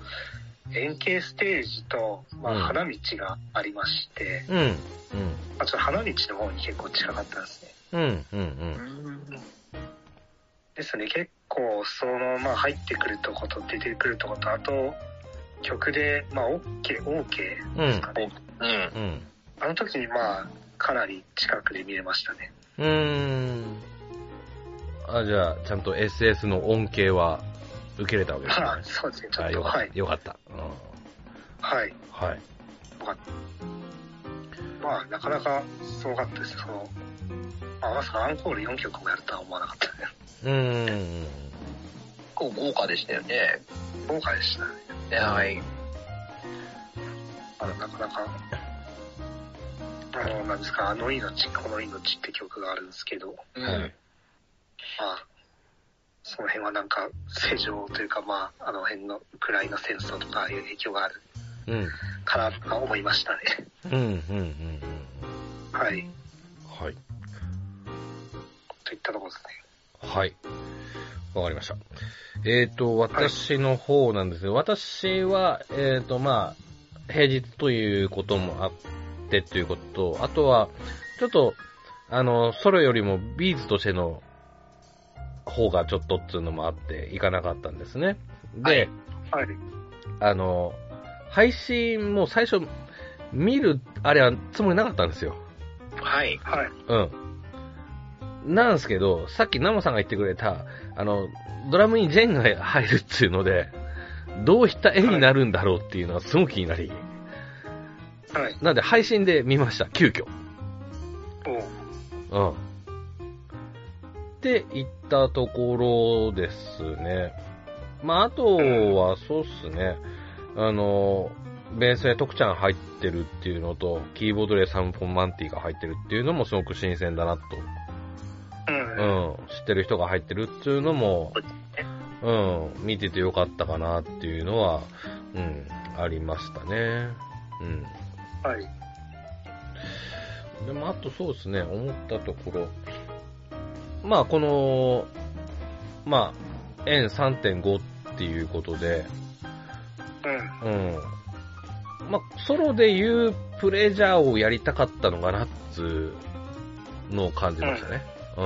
B: 円形ステージと、ま
A: うん
B: あ、花道がありまして、
A: うん、うん、
B: まあ、ちょっと花道の方に結構近かったんですね。
A: うん、うん、うん、
B: ですね、結構、その、まあ、入ってくるとこと、出てくるとこと、あと、曲で、まあ、OK、OK
A: うん、う
B: です
A: ん
B: かね。
C: うん。
A: うん。
B: あの時に、まあ、かなり近くで見れましたね。
A: うーん。あ、じゃあ、ちゃんと SS の恩恵は受けれたわけですね。
B: まあ、 そうですね、ちょ
A: あ
B: っ
A: よ
B: と、
A: か
B: は
A: っ
B: い
A: た。、よかった。うん。
B: はい。
A: はい。
B: まあ、なかなかすごかったです。その、まあ、まさかアンコール4曲もやるとは思わなかった ね。
A: うーん。
C: 結構豪華でしたよね。
B: 豪華でしたね。
C: はい。
B: あのなかなか。あの、なんですか、あの命、この命って曲があるんですけど、
C: う
A: は
C: ん
A: い。
B: まあ、その辺はなんか、世情というか、まあ、あの辺のウクライナ戦争とかいう影響がある
A: うん。
B: かなとか思いましたね。
A: うん、うん、うん、うん。
B: はい。
A: はい。
B: といったところですね。
A: はい。わかりました。えっ、と、私の方なんですけど、私は、えっ、と、まあ、平日ということもあってということと、あとは、ちょっと、あの、ソロよりもビーズとしての方がちょっとっていうのもあって、行かなかったんですね。で、
B: はい。
A: あの、配信も最初、見る、あれはつもりなかったんですよ。
C: はい。
B: はい。
A: うん。なんですけど、さっきナモさんが言ってくれた、あの、ドラムにジェンが入るっていうので、どういった絵になるんだろうっていうのがすごく気になり、
B: はい。
A: なんで配信で見ました、急遽。
B: お
A: うん。って言ったところですね。まあ、あとは、そうっすね。あの、ベースで徳ちゃん入ってるっていうのと、キーボードでサムポンマンティが入ってるっていうのもすごく新鮮だなと
B: うん。
A: うん、知ってる人が入ってるっていうのも、うん、見ててよかったかなっていうのは、うん、ありましたね。うん。
B: はい。
A: でも、あとそうですね、思ったところ、まあ、この、まあ、円3.5っていうことで、
B: う
A: う
B: ん。
A: ん。まあ、ソロで言うプレジャーをやりたかったのかなっつうのを感じましたね。うん。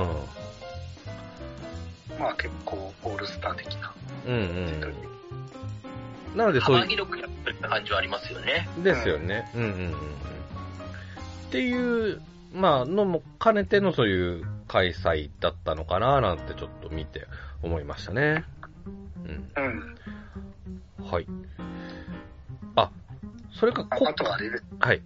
B: まあ、結構、オールスター的な。
A: うんうん。なので、そうい
C: 幅
A: う、
C: 広くやってる感じはありますよね。
A: ですよね。うんうんうんうん。っていう、まあ、のも兼ねてのそういう開催だったのかななんてちょっと見て思いましたね。う
B: うん。
A: ん。はい。あ、それか、
B: あ
A: こ
B: あとはあれです
A: はい。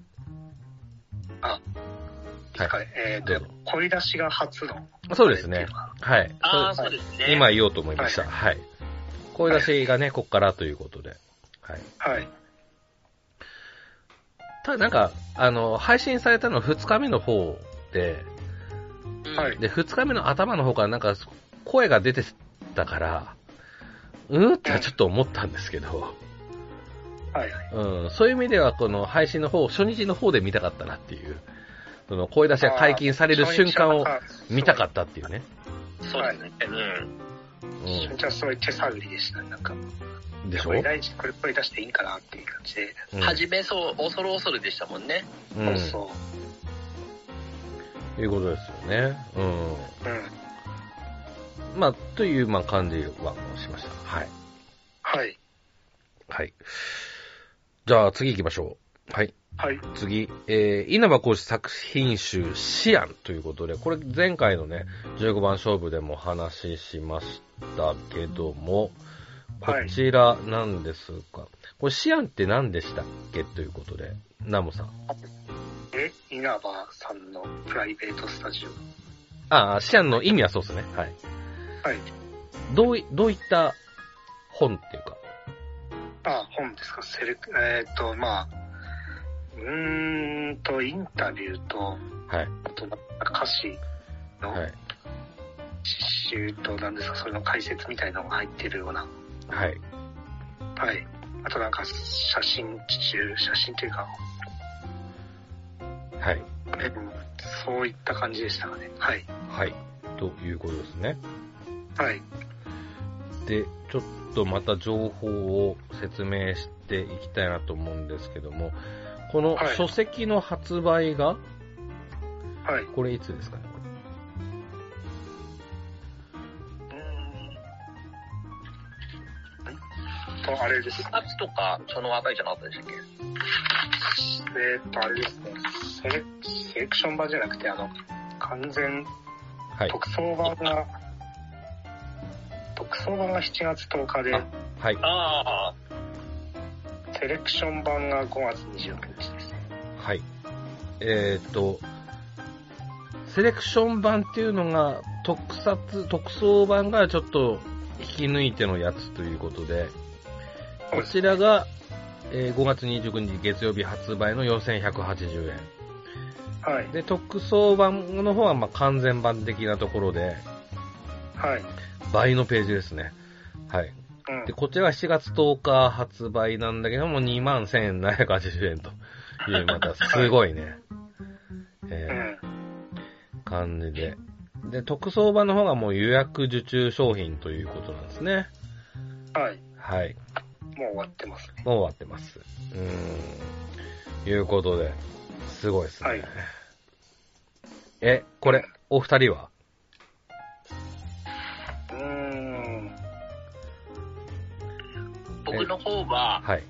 B: かね。えっ、
A: どう
B: と
A: ぞ、
B: 声出しが初の。
A: そうですね。はい。
C: ああ、
A: そ
C: そううですね。
A: 今言おうと思いました。はい。声出しがね、こっからということで。はい。
B: はい。
A: ただなんか、あの、配信されたの2日目の方で、
C: うん
B: はい
A: で、二日目の頭の方からなんか声が出てたから、うんってはちょっと思ったんですけど、
B: はいはい。
A: うん、そういう意味では、この配信の方、初日の方で見たかったなっていう、その声出しが解禁される瞬間を見たかったっていうね。
C: そうですね。うん。
B: 初日はそういう手探りでしたね、なんか。
A: うん、でしょ
B: これ大事、これこれ出していいんかなっていう感じで。
A: うん
C: 初めそう、恐る恐るでしたもんね。
A: う、
B: そうんそ
A: いうことですよね。う
B: う。うん。
A: ん。まあ、という、まあ、感じはしました。はい。
B: はい。
A: はい。じゃあ、次行きましょう。はい。
B: はい。
A: 次、えー、稲葉講師作品集、シアンということで、これ前回のね、15番勝負でもお話ししましたけども、こ
B: はい
A: ちらなんですが、これシアンって何でしたっけということで、ナモさん。
B: え、稲葉さんのプライベートスタジオ。
A: ああ、シアンの意味はそうですね。はい。
B: はい。
A: どうい、どういった本っていうか、
B: あ、本ですか、セレク、えっ、と、まあ、うーんと、インタビューと、
A: はい。
B: あと、歌詞の
A: はい。
B: 刺繍と、なんですか、それの解説みたいなのが入ってるような、
A: はい。
B: はい。あと、なんか、写真集、写真というか、
A: はい。
B: うんそういった感じでしたかね。はい。
A: はい。ということですね。
B: はい。
A: で、ちょっとまた情報を説明していきたいなと思うんですけども、この
B: はい
A: 書籍の発売が、
B: はい。う
A: これいつですかね
B: ーん。と、あれです
C: 部。活とか、そのあたりじゃなかったでしたっけ
B: えっと、あれですね。セレセレクション版じゃなくて、あの、完全
A: はい。
B: 特装版が、特装版が7月10日で
A: あ、はい。
C: ああ、
B: セレクション版が5月29日ですね。
A: はい。えーっと、セレクション版っていうのが、特撮、特装版がちょっと引き抜いてのやつということで、こちらが、えー5月29日月曜日発売の4180円。
B: はい。
A: で、特装版の方は、まあ、完全版的なところで、
B: はい。
A: 倍のページですね。はい。
B: うん
A: で、。こちらは7月10日発売なんだけども、21,780円という、またすごい ね、
B: う
A: え
B: ん。
A: ー感じで。で、特装版の方がもう予約受注商品ということなんですね。
B: はい。
A: はい。
B: もう終わってますね。
A: もう終わってます。うーん。いうことで、すごいですね。
B: はい
A: え、これ、お二人は
B: うーん。
C: 僕の方は、
A: はい。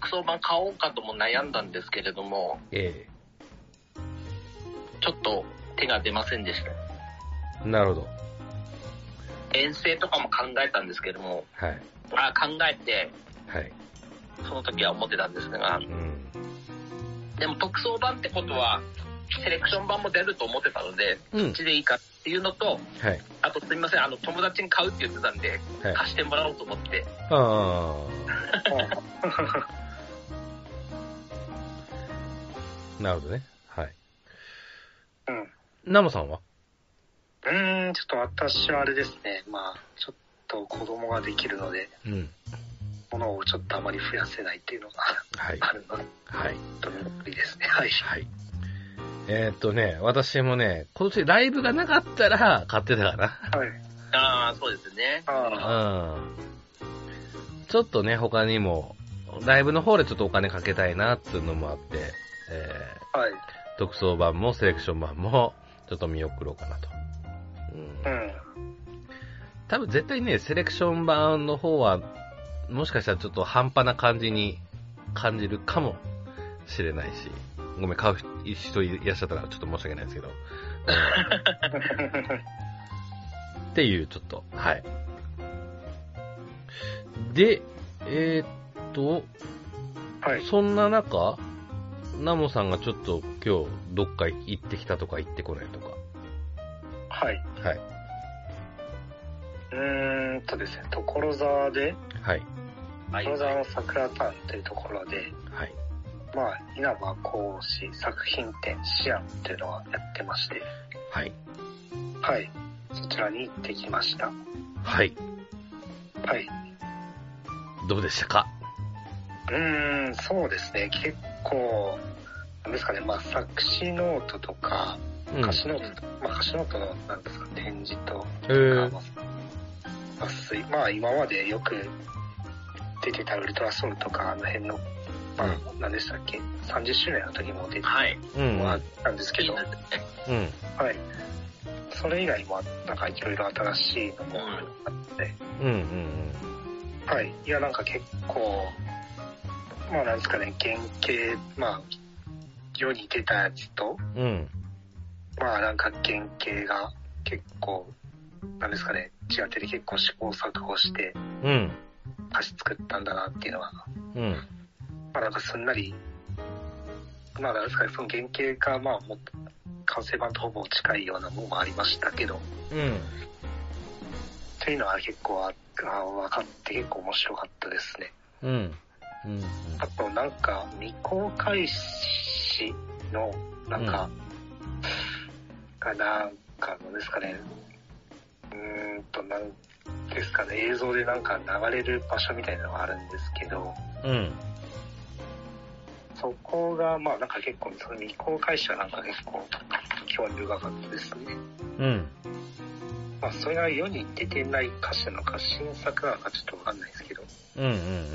C: クソ版買おうかとも悩んだんですけれども、
A: え
C: ちょっと手が出ませんでした。
A: ー、なるほど。
C: 遠征とかも考えたんですけども、
A: はい。
C: あ考えて、
A: はい。
C: その時は思ってたんですが
A: う、ん。
C: でも特装版ってことは、セレクション版も出ると思ってたので、
A: う。
C: うんちでいいかっていうのと、
A: はい。
C: あとすみません、あの、友達に買うって言ってたんで、
A: はい。
C: 貸してもらおうと思って、
A: ああ、なるほどね。はい。
B: うん。
A: ナモさんは
B: うーん、ちょっと私はあれですね。まあ、ちょっと子供ができるので、
A: うん。
B: 物をちょっとあまり増やせないっていうのが
A: はい。
B: あるので、
A: はい。
B: とてもいいですね。はい。
A: はい。えーっとね、私もね、今年ライブがなかったら買ってたか
B: はい。
C: ああ、そうですね。
B: ああ、
A: な。うん。ちょっとね、他にも、ライブの方でちょっとお金かけたいなっていうのもあって、え
B: はい。
A: ー、特装版もセレクション版も、ちょっと見送ろうかなと。うん
B: うん。
A: 多分絶対ね、セレクション版の方は、もしかしたらちょっと半端な感じに感じるかもしれないし、ごめん、買う人いらっしゃったらちょっと申し訳ないですけど、っていう、ちょっと、はい。で、えーっと、
B: はい。
A: そんな中、ナモさんがちょっと今日どっか行ってきたとか行ってこないとか、
B: はい。
A: はい、
B: うーんとですね、所沢で、
A: はい、
C: はい。
B: 所沢の桜タウンというところで、
A: はい。
B: まあ、稲葉講師作品展シアンっていうのをやってまして、
A: はい。
B: はい。そちらに行ってきました。は
A: はい。
B: い。
A: どうでしたか
B: うーん、そうですね。結構、なんですかね、まあ、作詞ノートとか、
A: うん。
B: 歌詞ノートと、まあ、歌詞ノートの、なんですか、展示と、
A: へー
B: まあ、すいまあ、今までよく出てたウルトラソウルとか、あの辺の、まあ、何でしたっけ、30周年の時も出て
C: はい。
A: うん。うん。
B: もあったんですけど、は
A: うん。
B: い。それ以外も、なんか、いろいろ新しいのもあって、
A: うん。うん。
B: はい。いや、なんか結構、まあなんですかね、原型、まあ、世に出たやつと、
A: うん。
B: まあなんか原型が結構、なんですかね、違ってて結構試行錯誤して
A: うん。
B: 歌詞作ったんだなっていうのは、
A: うん。
B: まあなんかすんなり、まあなんですかね、その原型がまあもっと完成版とほぼ近いようなものもありましたけど、
A: うん。
B: というのは結構ああ分かって結構面白かったですね。
A: うん。うん。
B: あとなんか未公開誌のなんか、がなんかのですかねうーんとなんですかね映像でなんか流れる場所みたいなのがあるんですけど
A: うん。
B: そこがまあなんか結構その未公開誌はなんか結構興味深かったですね
A: うん。
B: まあそれが世に出てない歌詞なのか新作なのかちょっとわかんないですけど
A: うん。うん。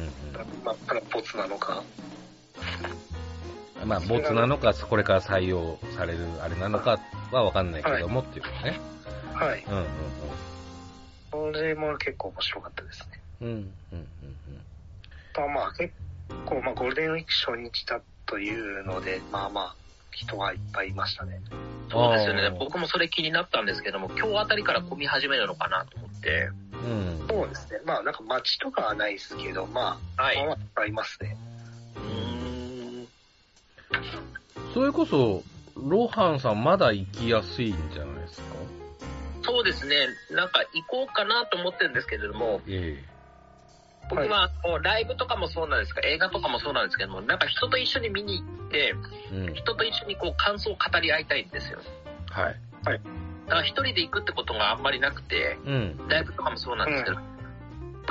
B: まあただボツなのか
A: うん。まあ、ボツなのか、これから採用されるあれなのかはわかんないけどもっていうね。
B: はい
A: うん。うん。
B: それも結構面白かったですね
A: うん。うん。うん。
B: まあまあ結構まあゴールデンウィーク初日だというので、まあまあ人がいっぱいいましたね。
C: そうですよ
A: あ
C: ね
A: ー。
C: 僕もそれ気になったんですけども、今日あたりから混み始めるのかなと思って。
A: うん。うん。
B: そうですね。まあなんか街とかはないですけど、ま
C: は
B: あ、
C: い。
B: まあま
C: う
B: あいっぱいいますね。
C: ーん。
A: それこそ、ロハンさんまだ行きやすいんじゃないですか
C: そうですね。なんか行こうかなと思ってるんですけれども、
A: え
C: 僕はもうライブとかもそうなんですが、映画とかもそうなんですけども、なんか人と一緒に見に行って、
A: え。うん。
C: 人と一緒にこう感想を語り合いたいんですよ。
A: はい。
C: だから一人で行くってことがあんまりなくて、
A: うん。
C: ライブとかもそうなんですけど、ま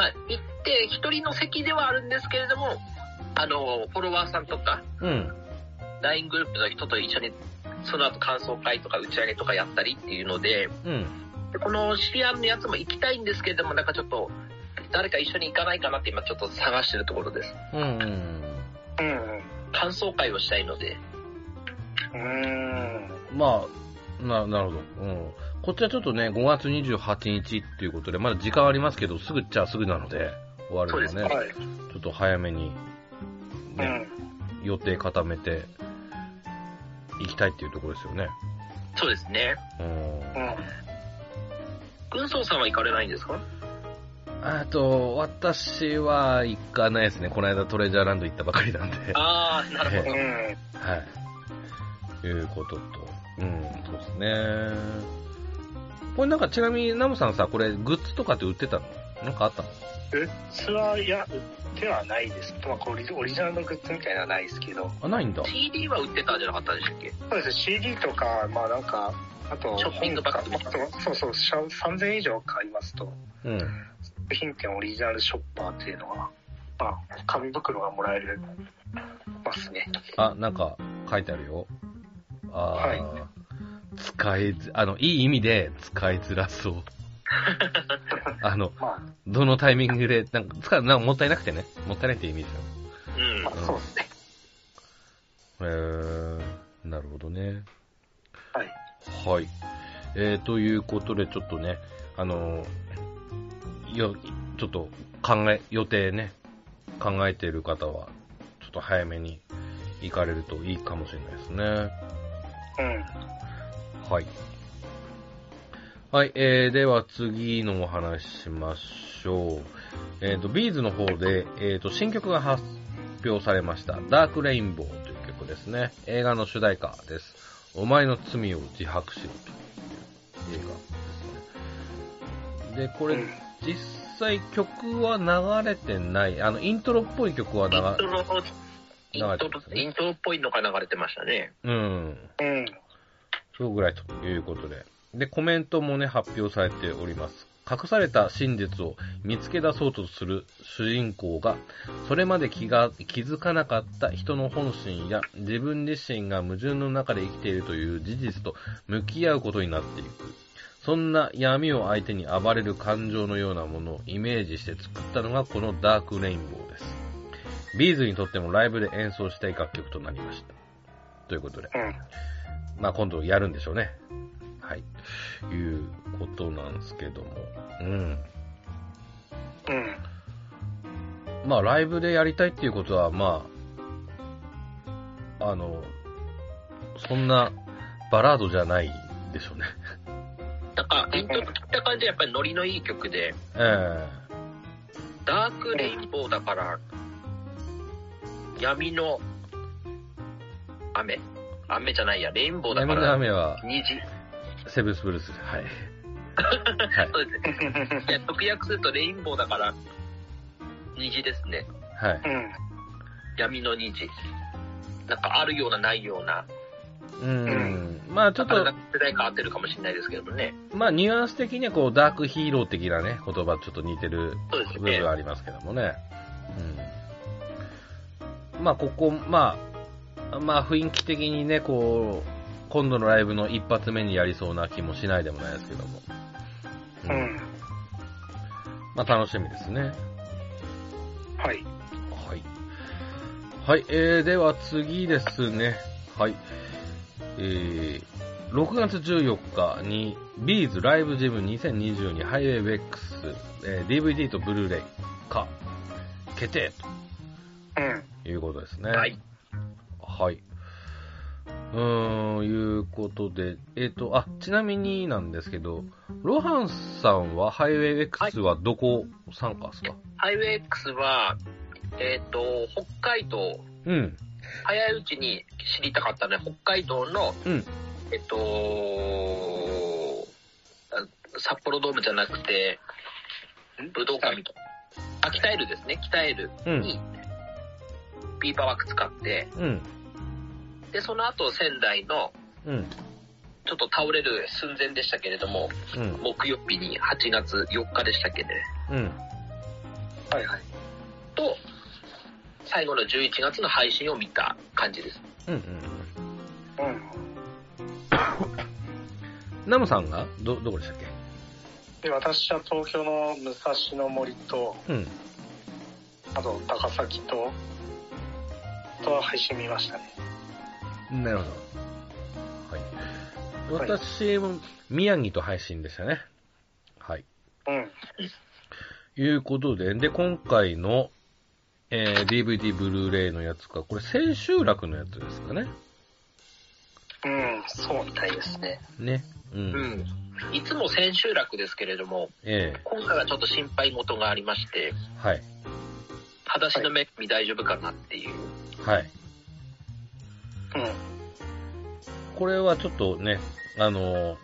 C: あ行って一人の席ではあるんですけれども、あの、フォロワーさんとか、
A: うん。
C: LINE グループの人と一緒に、その後感想会とか打ち上げとかやったりっていうので、
A: うん。
C: でこのシリアンのやつも行きたいんですけれども、なんかちょっと、誰か一緒に行かないかなって今ちょっと探してるところです。
A: うん。うん。
B: うん
C: 感想会をしたいので。
B: うん。うーん。
A: まあ、な、なるほど。うん。こっちはちょっとね、5月28日っていうことで、まだ時間ありますけど、すぐっちゃすぐなので、終わるのは
C: そう
A: ね、
B: はい。
A: ちょっと早めに、
B: う
A: ね、
B: ん。
A: 予定固めて、行きたいっていうところですよね。
C: そうですね。
A: うん。
C: 軍曹さんは行かれないんですか
A: あと、私は行かないですね。この間トレジャーランド行ったばかりなんで。
C: ああ、なるほ
B: う
C: ど。
B: ん。
A: はい。いうことと。うん、そうですね。これなんかちなみにナムさんさ、これグッズとかって売ってたのなんかあったの
B: グッズは、いや、売ってはないです。まあこうオリジオリジナルのグッズみたいなのはないですけど。
A: あ、ないんだ。
C: CD は売ってたんじゃなかったでしたっけ
B: そうですね。CD とか、まあなんか、あと、
C: ショッピングバッグ
B: 本とかまあそうそう、シャ3000以上買いますと、
A: うん。
B: 作品店オリジナルショッパーっていうのは、まあ、紙袋がもらえるますね。
A: あ、なんか書いてあるよ。あー、
B: は
A: 使いづ、あの、いい意味で使いづら そう。あの、
B: ま
A: どのタイミングで、なんか、使う、なんかもったいなくてね。もったいないって意味ですよ。
C: うん。
B: あ、まあ、そうですね。
A: へー、なるほどね。
B: はい。
A: はい。えー、ということで、ちょっとね、あのーよ、ちょっと考え、予定ね、考えている方は、ちょっと早めに行かれるといいかもしれないですね。
B: うん。
A: はい。はい、えー、では次のお話しましょう。えっ、と、ビーズの方で、えっ、と、新曲が発表されました。ダークレインボーという曲ですね。映画の主題歌です。お前の罪を自白しろという映画ですね。で、これ
B: うん、
A: 実際曲は流れてない。あの、イントロっぽい曲は流
C: イント
A: れ、
C: ロ、イン
A: 流れ
C: ト
A: てま
C: ロ
A: す、ね
C: イントロっぽいのが流れてましたね。
A: うん。
B: うん。
A: そうぐらいということで。で、コメントもね、発表されております隠された真実を見つけ出そうとする主人公が、それまで気が、気づかなかった人の本心や自分自身が矛盾の中で生きているという事実と向き合うことになっていく。そんな闇を相手に暴れる感情のようなものをイメージして作ったのがこのダークレインボーです。ビーズにとってもライブで演奏したい楽曲となりました。ということで、
B: うん。
A: まあ今度やるんでしょうね。はい。いうことなんですけども。うん。
B: うん。
A: まあ、ライブでやりたいっていうことは、まあ、あの、そんなバラードじゃないでしょうね。
C: なんか、イントロ切った感じはやっぱりノリのいい曲で、
A: え
C: ダークレインボーだから、闇の雨。雨じゃないや、レイン
A: え
C: ボーだ
A: 闇
C: か
A: の
C: ら、
A: 雨は、
C: 虹。
A: セブンスブルース。はい。はい。
C: そうですね。いや直訳するとレインボーだから、虹ですね。
A: はい。
B: うん。
C: 闇の虹。なんかあるようなないような、
A: うん。まあ、ちょっ
C: あれが
A: と、
C: 世代か合ってるかもしれないですけどもね。
A: まあ、ニュアンス的には、こう、ダークヒーロー的なね、言葉ちょっと似てる
C: そうです
A: 部
C: ね
A: 分。はありますけどもね。うん。まあ、ここ、まあ、まあ、雰囲気的にね、こう、今度のライブの一発目にやりそうな気もしないでもないですけども。
B: う。ん。
A: まあ、楽しみですね。
B: はい。
A: はい。はい、えー、では次ですね。はい。えー、6月14日に、ビーズライブジム2022ハイウェイウェックス、えー DVD とブルーレイ化、決定
B: うん。
A: ということですね。
C: はい。。
A: はい。うーん、いうことで、えっ、と、あ、ちなみになんですけど、ロハンさんはハイウェイウェックスはどこ参加ですか、
C: ハイウェイ X は、えっ、と、北海道、
A: うん、
C: 早いうちに知りたかったので、北海道の、
A: うん、
C: えっ、とあ札幌ドームじゃなくて、武道館みたいな。あ、北エルですね。北エル
A: うん、
C: に、ビーバーワーク使って、
A: うん、
C: で、その後仙台の、
A: うん、
C: ちょっと倒れる寸前でしたけれども、
A: うん、
C: 木曜日に8月4日でしたっけね。
A: うん。
B: はいはい。
C: と、最後の11月の配信を見た感じです。
A: うんうん
B: うん。
A: うん。ナムさんがど、どこでしたっけ
B: で、私は東京の武蔵野森と、
A: うん。
B: あと高崎と、あとは配信見ましたね。
A: なるほど。はい。私も宮城と配信でしたね。はい。
B: うん。
A: いうことで、で、今回の、えー、DVD ブルーレイのやつか、これ千秋楽のやつですかね。
B: うん、そう
C: み。たいですね。
A: ね。うん。
C: うん。いつも千秋楽ですけれども、
A: ええ
C: 今回はちょっと心配事がありまして、
A: はい。
C: 裸足の目に大丈夫かなっていう。
A: はい。
B: うん。
A: これはちょっとね、あのー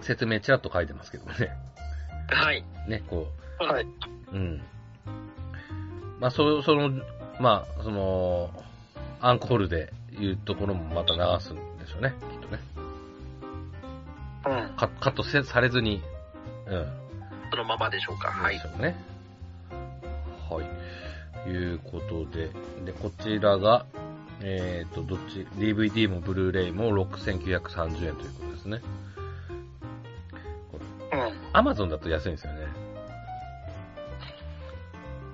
A: 説明ちらっと書いてますけどね。
C: はい。
A: ね、こう、
B: はい。
A: うん。まあ、そ、その、まあ、その、アンコールでいうところもまた流すんでしょうね、きっとね。
B: うん。
A: カカットせされずに、うん。
C: そのままでしょうか。は
A: で
C: い
A: し。ょうね。はい。いうことで、で、こちらが、えっ、と、どっち、DVD もブルーレイも6930円ということですね。
B: うん。
A: Amazon だと安いんですよね。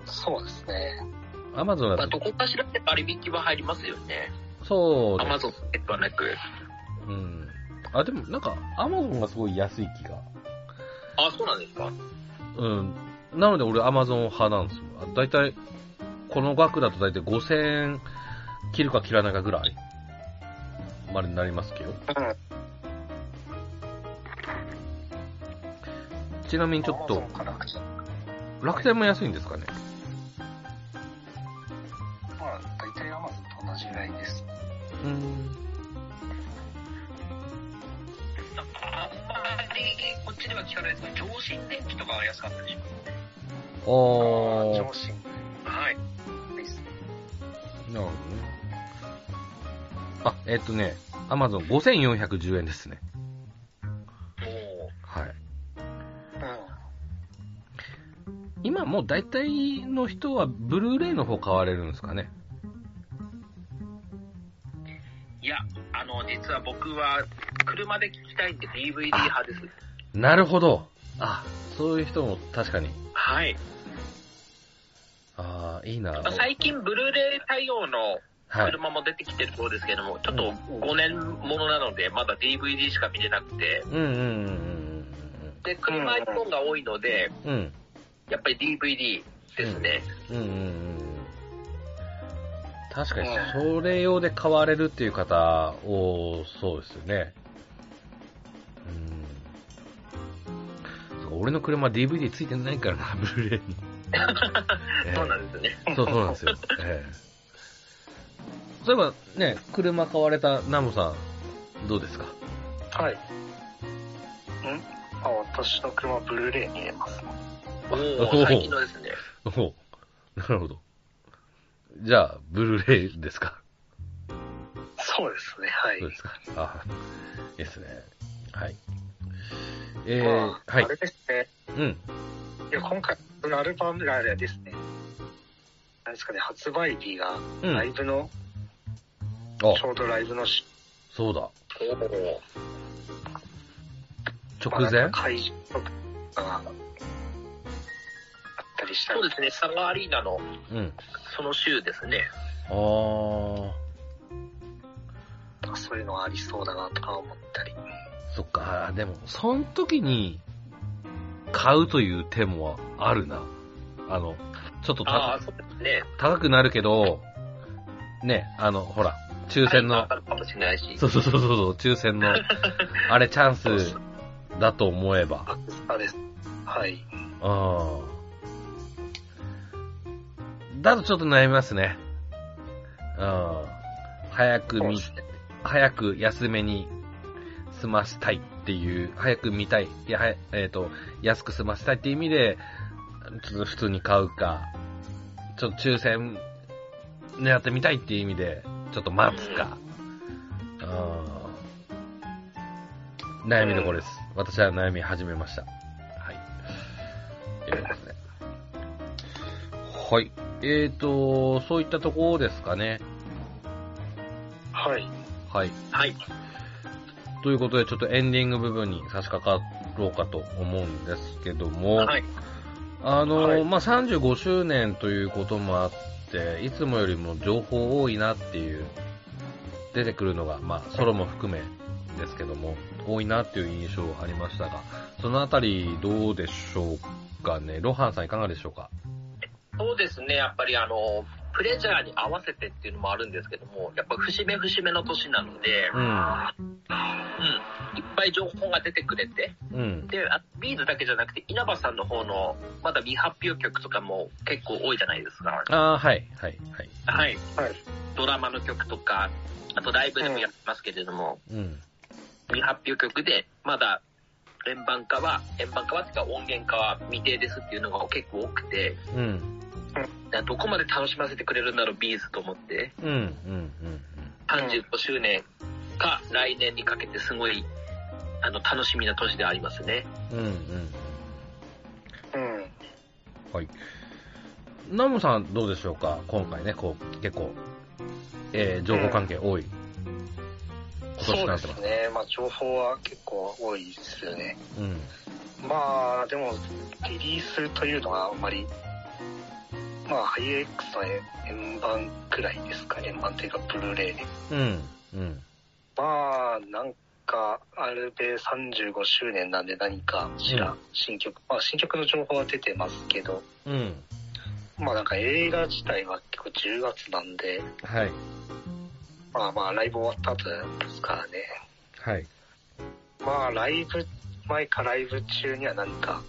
B: そうですね。
A: Amazon
C: まあ、
A: だ
C: ど
A: と、
C: こかしらで割引は入りますよね。
A: そう
C: ア
A: で
C: マゾンではなく。
A: す。うん。あ、でもなんか、Amazon がすごい安い気が。
C: あ、そうなんですか。
A: うん。なので俺 Amazon 派なんですよ。あだいたい、この額だとだいたい5000円切るか切らないかぐらいまでになりますけど。ちなみ
B: うん。
A: にちょっと、
B: Amazon からま
A: 楽天も安いんですかね。
B: あ、大体 Amazon と同じぐらいです。
A: うん。
C: なんかあんまりこっちでは聞かないですけど、上新電気とかは安かったでしょ。
A: あ
B: あ
A: ー。なる
B: 上司
C: はい。
B: ですね。
A: ほどね。あ、えっとね、Amazon5410円ですね。
C: もう、
A: はい。今もう大体の人はブルーレイの方買われるんですかね。
C: いや、あの、実は僕は、車で聞きたいんで DVD 派です。
A: なるほど。あ、そういう人も確かに。
C: はい。
A: ああ、いいな。
C: 最近、ブルーレイ対応の
A: はい。
C: 車も出てきてるそうですけども、ちょっと5年ものなので、まだ DVD しか見れなくて、
A: うんうんうん
C: で、車一本が多いので、
A: うんうん。うん。
C: やっぱり DVD ですね。
A: うんうんうん。確かに、それ用で買われるっていう方を、そうですよね。うん。そうか俺の車 DVD ついてない からな、ブルーレイ に。
C: そうなんですね。
A: ええそうそうなんですよ。ええそういえばね、車買われたナムさん、どうですか
B: はい。んあ、私の車、ブルーレイに入れます。
C: お
A: おお
C: ー最近のですね。
A: おうなるほど。じゃあ、ブルーレイですか
B: そうですね、はい
A: どう。ですかあいいですね。はい。えー
B: ま、あ
A: はい
B: あ。れですね。
A: うん。
B: いや、今回、このアルバムがあれですね。なんですかね、発売日が、
A: う
B: ライ
A: ん。
B: ブの、
A: あ
B: ち、ょうどライブのし
A: そうだ。
C: おー
A: 直前
B: まあ会場とかがあったりした
C: そ
B: ん
C: うですね、サガアリーナの
A: うん。
C: その週ですね。
A: あー、
B: そういうのはありそうだなとか思ったり。
A: そっか。あーでも、その時に、買うという手もあるな。あの、ちょっと高
C: ああ、そうですね。
A: 高くなるけど、ね、あの、ほら、抽選
C: あ
A: の、
C: るかもしれないし。
A: そうそうそうそう、抽選の、あれチャンスだと思えば。
B: あ、そうです。はい。
A: うん。だとちょっと悩みますね。うん。早く見、早く安めに済ましたいっていう、早く見たい、いやはやえっ、と、安く済ましたいっていう意味で、ちょっと普通に買うか、ちょっと抽選狙ってみたいっていう意味で、ちょっと待つか。うん。悩みどころです。私は悩み始めました。はい。ということで。はい。えっ、と、そういったところですかね。
B: はい。
A: はい。
C: はい。
A: ということで、ちょっとエンディング部分に差し掛かろうかと思うんですけども、
C: はい。
A: あの、
B: はい
A: まあ、35周年ということもあって、いつもよりも情報多いなっていう、出てくるのが、まあ、ソロも含めですけども、多いなっていう印象ありましたが、そのあたりどうでしょうかね。ロハンさんいかがでしょうか
C: そうですね、やっぱりあの、プレジャーに合わせてっていうのもあるんですけども、やっぱ節目節目の年なので、
A: う
C: うん
A: ん。
C: いっぱい情報が出てくれて、
A: うん。
C: で、あビーズだけじゃなくて、稲葉さんの方の、まだ未発表曲とかも結構多いじゃないですか。
A: ああ、はい、はい、はい。
C: はい。
B: はい。
C: ドラマの曲とか、あとライブでもやってますけれども、
A: うん。
C: 未発表曲で、まだ円盤化は、円盤化はっていうか音源化は未定ですっていうのが結構多くて、
A: うん。
C: だからどこまで楽しませてくれるんだろう、ビーズと思って。
A: うん。うん。
C: 35周年か来年にかけてすごいあの楽しみな年でありますね。
A: うん。うん。うん。
B: うん。
A: はい。ナムさんどうでしょうか今回ね、こう、結構、えー、情報関係多い。今年になっ
B: そうで
A: てます
B: す。ね。まあ、情報は結構多いですよね。
A: うん。
B: まあ、でも、リリースというのはあんまり、まあ、ハイエックスの円盤くらいですか。円盤というか、ブルーレイで。
A: うん。うん。
B: まあ、なんか、アルベ35周年なんで何かしら、
A: う
B: 新曲、まあ、新曲の情報は出てますけど、
A: うん。
B: まあなんか映画自体は結構10月なんで、
A: はい。
B: まあまあライブ終わった後ですからね。
A: はい。
B: まあライブ前かライブ中には何か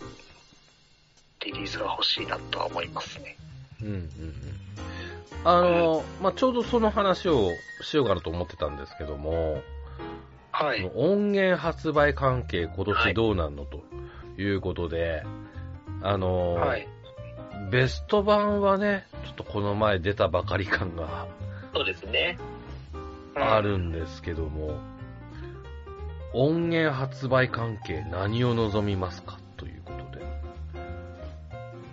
B: リリースが欲しいなとは思いますね。
A: うん。うん。うんあの、まあ、ちょうどその話をしようかなと思ってたんですけども、
B: は
A: そ
B: い。
A: の音源発売関係今年どうなんのということで、あの、
B: はい。
A: ベスト版はね、ちょっとこの前出たばかり感が
C: そうですね。
A: あるんですけども、音源発売関係何を望みますかということで。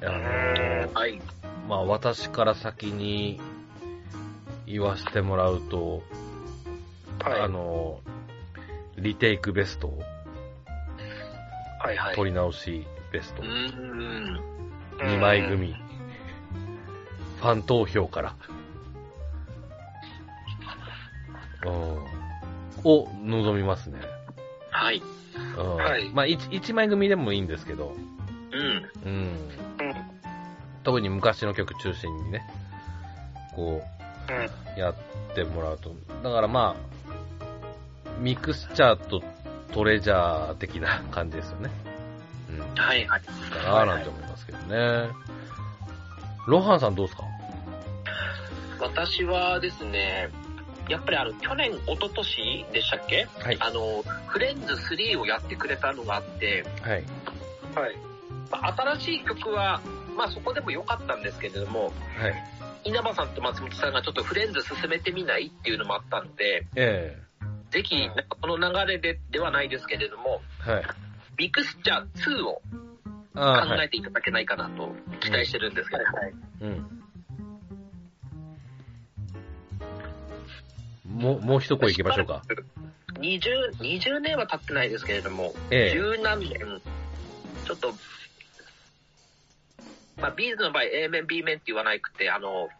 A: あの
C: はい。
A: まあ私から先に言わせてもらうと、
B: はい。
A: あの、リテイクベスト、
B: はいはい。
A: 取り直しベスト
C: う、ん。
A: 2枚組、ファン投票 から、うんを望みますね。
C: はい。
A: うん
B: はい
A: まあ1、一枚組でもいいんですけど、
C: うん。
A: うん、
B: うん。うん。
A: 特に昔の曲中心にね、こう、やってもらうと。だからまあ、ミクスチャーとトレジャー的な感じですよね。うん。か
C: はいはい。
A: なーなんて思いますけどね。ロハンさんどうですか
C: 私はですね、やっぱりあの、去年、一昨年でしたっけ
A: はい
C: あの、フレンズ3をやってくれたのがあって、
A: はい。
B: はい。
C: まあ新しい曲は、まあそこでも良かったんですけれども、
A: はい。
C: 稲葉さんと松本さんがちょっとフレンズ進めてみないっていうのもあったので、
A: え
C: ぜひ、なんかこの流れでではないですけれども、
A: えはい。
C: ミクスチャー2を考
A: あーは
C: え
A: い。
C: ていただけないかなと期待してるんですけれども、
A: うん。もう、もう一声行きましょうか。。
C: 20、20年は経ってないですけれども、
A: ええ
C: 十何年、ちょっと、まあ、ビーズの場合、A 面、B 面って言わなくて、あの、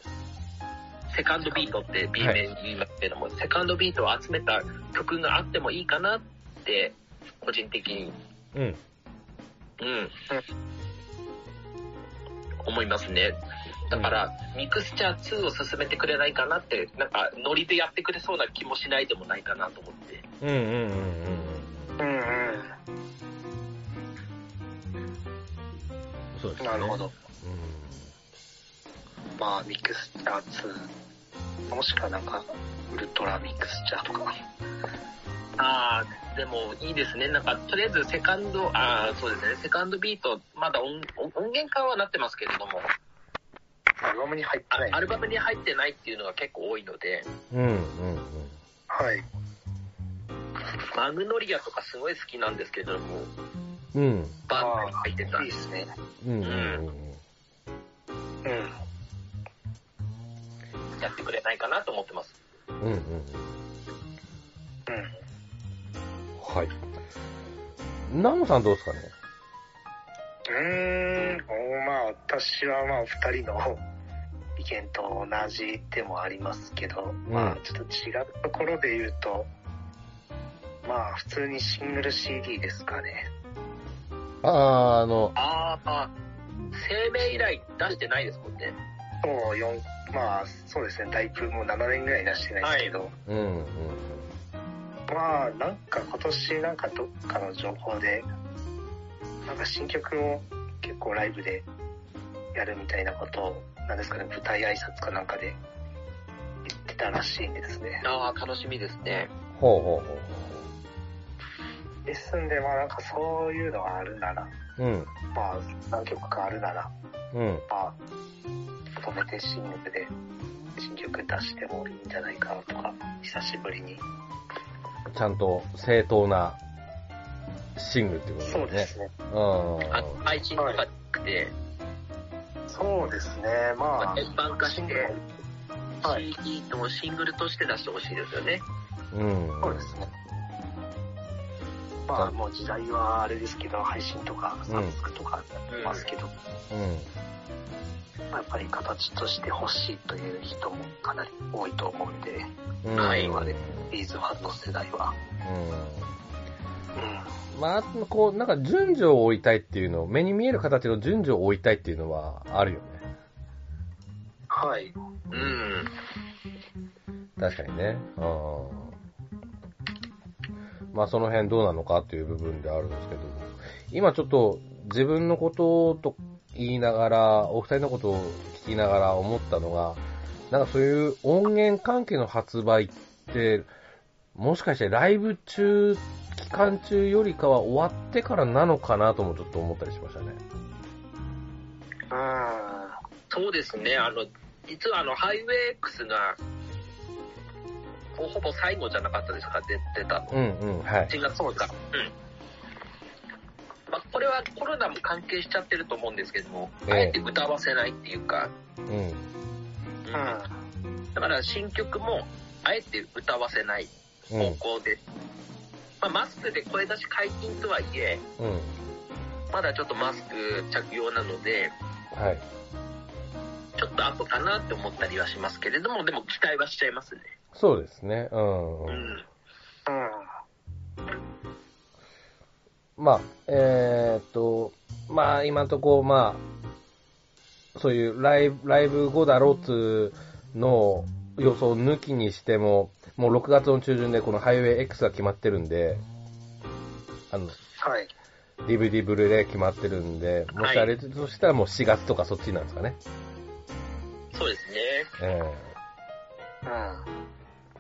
C: セカンドビートって B
A: はい
C: 面言いますけれども、セカンドビートを集めた曲があってもいいかなって、個人的に、
A: うん。
C: うん、思いますね。だから、ミクスチャー2を進めてくれないかなって、なんか、ノリでやってくれそうな気もしないでもないかなと思って。
A: うんうんうんうんうん。
B: うんうん。
A: そうですね。
B: なるほど。
A: う
B: まあ、ミクスチャー2、もしかなんか、ウルトラミクスチャーとか。
C: ああ、でもいいですね。なんか、とりあえずセカンド、ああ、そうですね。セカンドビート、まだ音音源化はなってますけれども、
B: アルバムに入って
C: あ
B: ない。
C: アルバムに入ってないっていうのが結構多いので、
A: ん。うんうんうん。
B: はい。
C: マグノリアとかすごい好きなんですけれども、
A: うん。
C: バンドに入ってた
B: いい。ですね。
A: うんうんうんうん。
B: うん。
C: やってくれないかなと思ってます。
A: うんうんうん。はい。ナムさんどうですかね
B: うん。うーん。おまあ、私はまあ、お二人の意見と同じでもありますけど、まあ、ちょっと違うところで言うと、まあ、普通にシングル CD ですかね。
A: ああ、あの、
C: あーあー、生命以来出してないですもんね。
B: そう、四まあ、そうですね。だいぶもう7年ぐらい出してないですけど、
A: うんうん
B: まあ、なんか今年なんかどっかの情報で、なんか新曲を結構ライブでやるみたいなことを、なんですかね、舞台挨拶かなんかで言ってたらしいんですね。
C: ああ、楽しみですね。
A: ほうほうほ
B: ですんで、まあなんかそういうのがあるなら、
A: うほう。うん。
B: まあ何曲かあるなら、
A: うん。
B: まあ、止めてシングルで新曲出してもいいんじゃないかなとか、久しぶりに。
A: ちゃんと正当なシングルってことですね。
B: そうですね。
A: うん。
C: あの、配信とかなくて、
B: そうですね、まあ、
C: 円盤化して、
B: はい
C: CD とシングルとして出してほしいですよね。
A: うん。
B: そうですね。まあ、もう時代はあれですけど、配信とか、サブスクとかありますけど、
A: う
B: やっぱり形として欲しいという人もかなり多いと思うんで、
A: ん。うん。
C: はい
A: うん。
B: ビーズファンの世代は。うん。
A: まあ、こう、なんか順序を置いたいっていうの、目に見える形の順序を置いたいっていうのはあるよね。
B: はい。
C: うん。
A: 確かにね。うん。まあその辺どうなのかっていう部分であるんですけど、今ちょっと自分のことと言いながら、お二人のことを聞きながら思ったのが、なんかそういう音源関係の発売って、もしかしてライブ中、期間中よりかは終わってからなのかなともちょっと思ったりしましたね。
B: うん。は
C: そうですね、あの、実はあの、ハイウェイ X が、ほほぼ最後じゃなかったですか、出出たの。
A: うんうん、はい。
C: 1月とか。うん。まあ、これはコロナも関係しちゃってると思うんですけども、
A: ええ
C: あえて歌わせないっていうか、
A: うん。
C: うん、だから新曲もあえて歌わせない方向で、まあ、マスクで声出し解禁とはいえ、
A: うん。うん。
C: まだちょっとマスク着用なので、
A: はい。
C: ちょっと後かなって思ったりはしますけれども、でも期待はしちゃいますね。
A: そうですね。うん。
C: うん。
A: まあ、えーっと、まあ、今んとこ、まあ、そういうライブ、ライブ後だろうっつうのを予想抜きにしても、もう6月の中旬でこのハイウェイ X が決まってるんで、あの、
B: はい。
A: DVD ブルーレイ決まってるんで、もしあれとしたらもう4月とかそっちなんですかね。
C: そうですね。
A: ええ
B: うん。
A: ま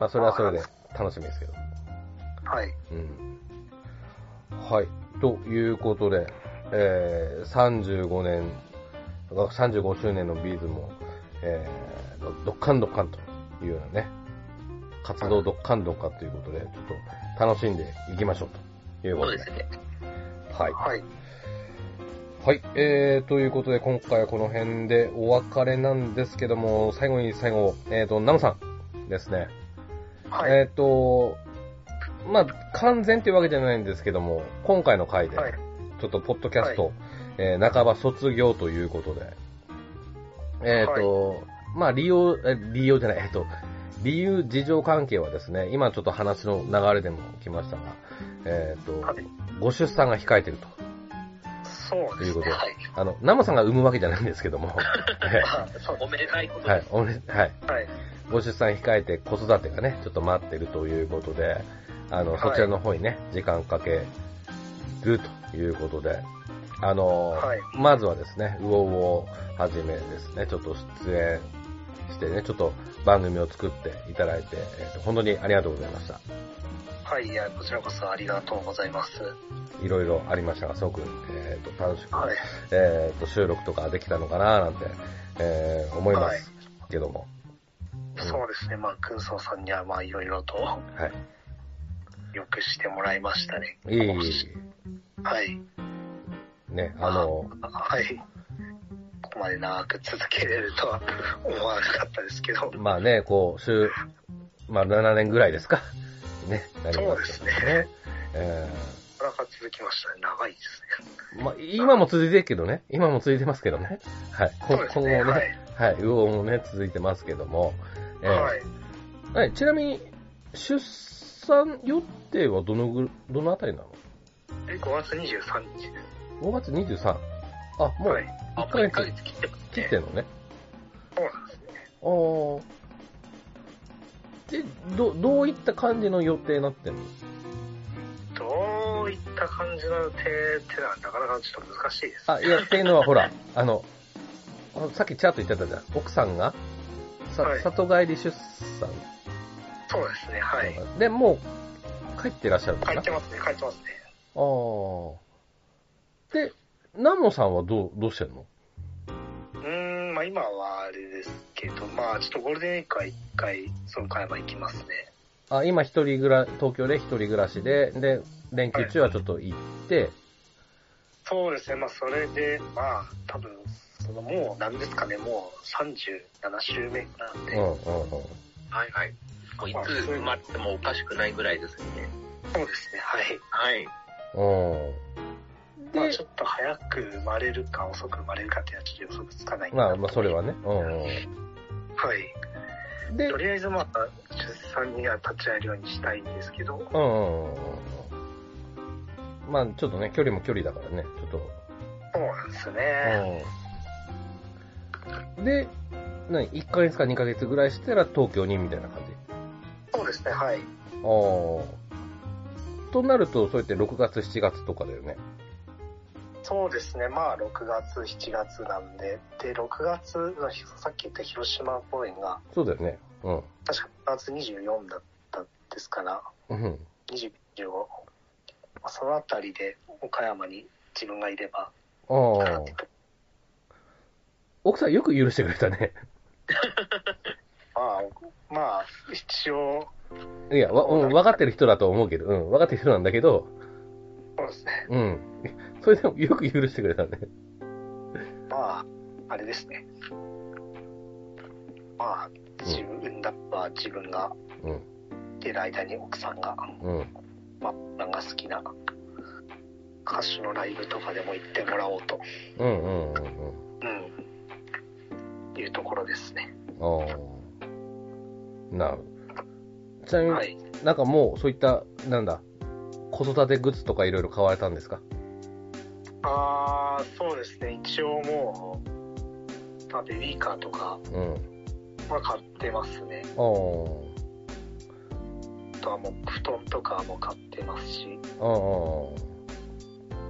A: あ、それはそれで楽しみですけど。
B: はい。
A: うん。はい。ということで、えー、35年、あ35周年のビーズも、えー、どどっかんどっかんというようなね、活動どっかんどっかんということで、ちょっと楽しんでいきましょうというこ
C: そう
A: と
C: で
A: で。
C: すね。
A: はい。
B: はい。
A: はい。えー、ということで、今回はこの辺でお別れなんですけども、最後に最後、えーと、ナムさんですね。
B: はい。
A: えっ、と、まあ、完全っていうわけじゃないんですけども、今回の回で、
B: はい。
A: ちょっとポッドキャスト、えー半ば卒業ということで、えっ、と、まあ、利用、え利用じゃない、えっ、と、理由、事情関係はですね、今ちょっと話の流れでも来ましたが、えっ、と、
B: はい
A: ご出産が控えてると。
B: そう
A: と
B: で
A: いう
B: す
A: こと
B: ね。
A: で
B: はい。
A: あの、ナムさんが産むわけじゃないんですけども、は
B: あそう
C: おめでたいこと
A: い、は
C: で
A: い
C: す。、
A: おめではい、
B: はい。
A: ご出産控えて子育てがね、ちょっと待ってるということで、あの、
B: はい
A: そちらの方にね、時間かけるということで、あの、
B: はい
A: まずはですね、ウォウをはじめですね、ちょっと出演してね、ちょっと番組を作っていただいて、えっと本当にありがとうございました。
B: はい。いや、こちらこそありがとうございます。
A: いろいろありましたが、すごく、えっ、と、楽しく、
B: はい。
A: えっ、と、収録とかできたのかななんて、えー思いますけども、
B: そうですね。まあ、軍曹さんには、まあ、いろいろと、
A: はい。
B: よくしてもらいましたね。
A: いい、
B: はい。
A: ね、あの、
B: あはい。ここまで長く続けれるとは思わなかったですけど。
A: まあね、こう、週、まあ7年ぐらいですか。ね、なり
B: そう
A: ま
B: ですす
A: けど
B: ね。
A: え
B: なかなか続きましたね。長いですね。
A: ーまあ、今も続いてるけどね。今も続いてますけどね。はい。こ
B: そうです
A: 今後
B: ね。
A: も
B: は
A: ね、
B: い。
A: はい、魚もね、続いてますけども。えー
B: はい。
A: はいちなみに、出産予定はどのぐ、どのあたりなの
B: え、5月23日で
A: ?5 月23。あ、
B: す。
A: も
B: は
A: う
B: い。
C: あ、もう1ヶ月切ってます
A: 切っ
C: ね
A: て。んのね。
B: そうなんですね。
A: あー。で、ど、どういった感じの予定になってんの
B: どういった感じの予定ってのはなかなかちょっと難しいです。
A: あ、いや、っていうのはほら、あの、あさっきチャート言ってたじゃん。奥さんが、さ、
B: はい
A: 里帰り出産。
B: そうですね。はい。
A: で、もう、帰ってらっしゃるのか
B: 帰
A: な
B: ってますね。帰ってますね。
A: あーで、ナモさんはどう、どうしてんの
B: うーん、まあ今はあれですけど、まあちょっとゴールデンウィークは一回、その会話行きますね。
A: あ、今一人ぐら、東京で一人暮らしで、で、連休中はちょっと行って、
B: そうですね。まあそれで、まあ多分、そのもう何ですかね、もう37週目なんで、
A: うんうんうん。
C: はいはい。もういつ埋まってもおかしくないぐらいですよね。
B: そうですね。はい。
C: はい。
A: うん。
B: まあち
A: で
B: ょ、っと早く生まれるか遅く生まれるかっていうのはちょっと予測つかない
A: まあまあそれ
B: は。
A: はね。うん
B: はい。
A: うん。で、う
B: と
A: ん
B: りあえずまあ、出産には立ち会えるようにしたいんですけど、
A: うんうんうんうん。まあちょっとね、距離も距離だからね、ちょっと、
B: そうなんですね。
A: で、何 ?1 ヶ月か2ヶ月ぐらいしたら東京にみたいな感じ。
B: そうですね、はい。
A: ああ。となると、そうやって6月、7月とかだよね。
B: そうですね、まあ、6月、7月なんで、で、6月の、さっき言った広島公演が、
A: そうだよね。うん。
B: 確か6月24だったんですから、
A: うん。
B: 25、まあそのあたりで岡山に自分がいれば、
A: あ
B: から
A: あ
B: っ。てと
A: 奥さんよく許してくれたね。
B: まあ、まあ、一応、
A: いや、わ、うん、分かってる人だと思うけど、うん、分かってる人なんだけど、
B: そうですね。
A: うん。 それでもよく許してくれたね。
B: まあ、あれですね。まあ、自分だった自分が
A: うん。
B: 出る間に奥さんが、
A: うん。
B: まあ、なんか好きな歌手のライブとかでも行ってもらおうと、
A: うんうんうんうん。
B: うん、いうところですね。
A: ああ。なるほど。ちなみに、
B: はい。
A: なんかもうそういった、なんだ、子育てグッズとかいろいろ買われたんですか
B: ああ、そうですね。一応もう、まあ、ベビーカーとか
A: うん。
B: は買ってますね。
A: ああ。
B: あとはもう、布団とかも買ってますし、
A: ああ。そ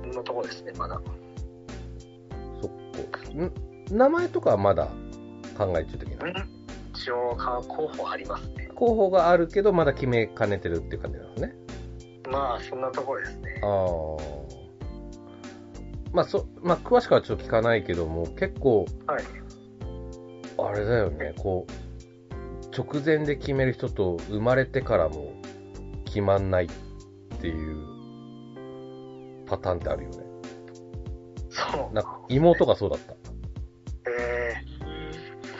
B: そんなとこですね、まだ。
A: っか。ん名前とかはまだ考え中的な。
B: 一応、候補ありますね。
A: 候補があるけど、まだ決めかねてるっていう感じなんですね。
B: まあ、そんなとこですね。
A: ああ。まあ、そ、まあ、詳しくはちょっと聞かないけども、結構、
B: はい。
A: あれだよね、こう、直前で決める人と生まれてからも決まんないっていうパターンってあるよね。
B: そう。
A: なんか妹がそうだった。
B: え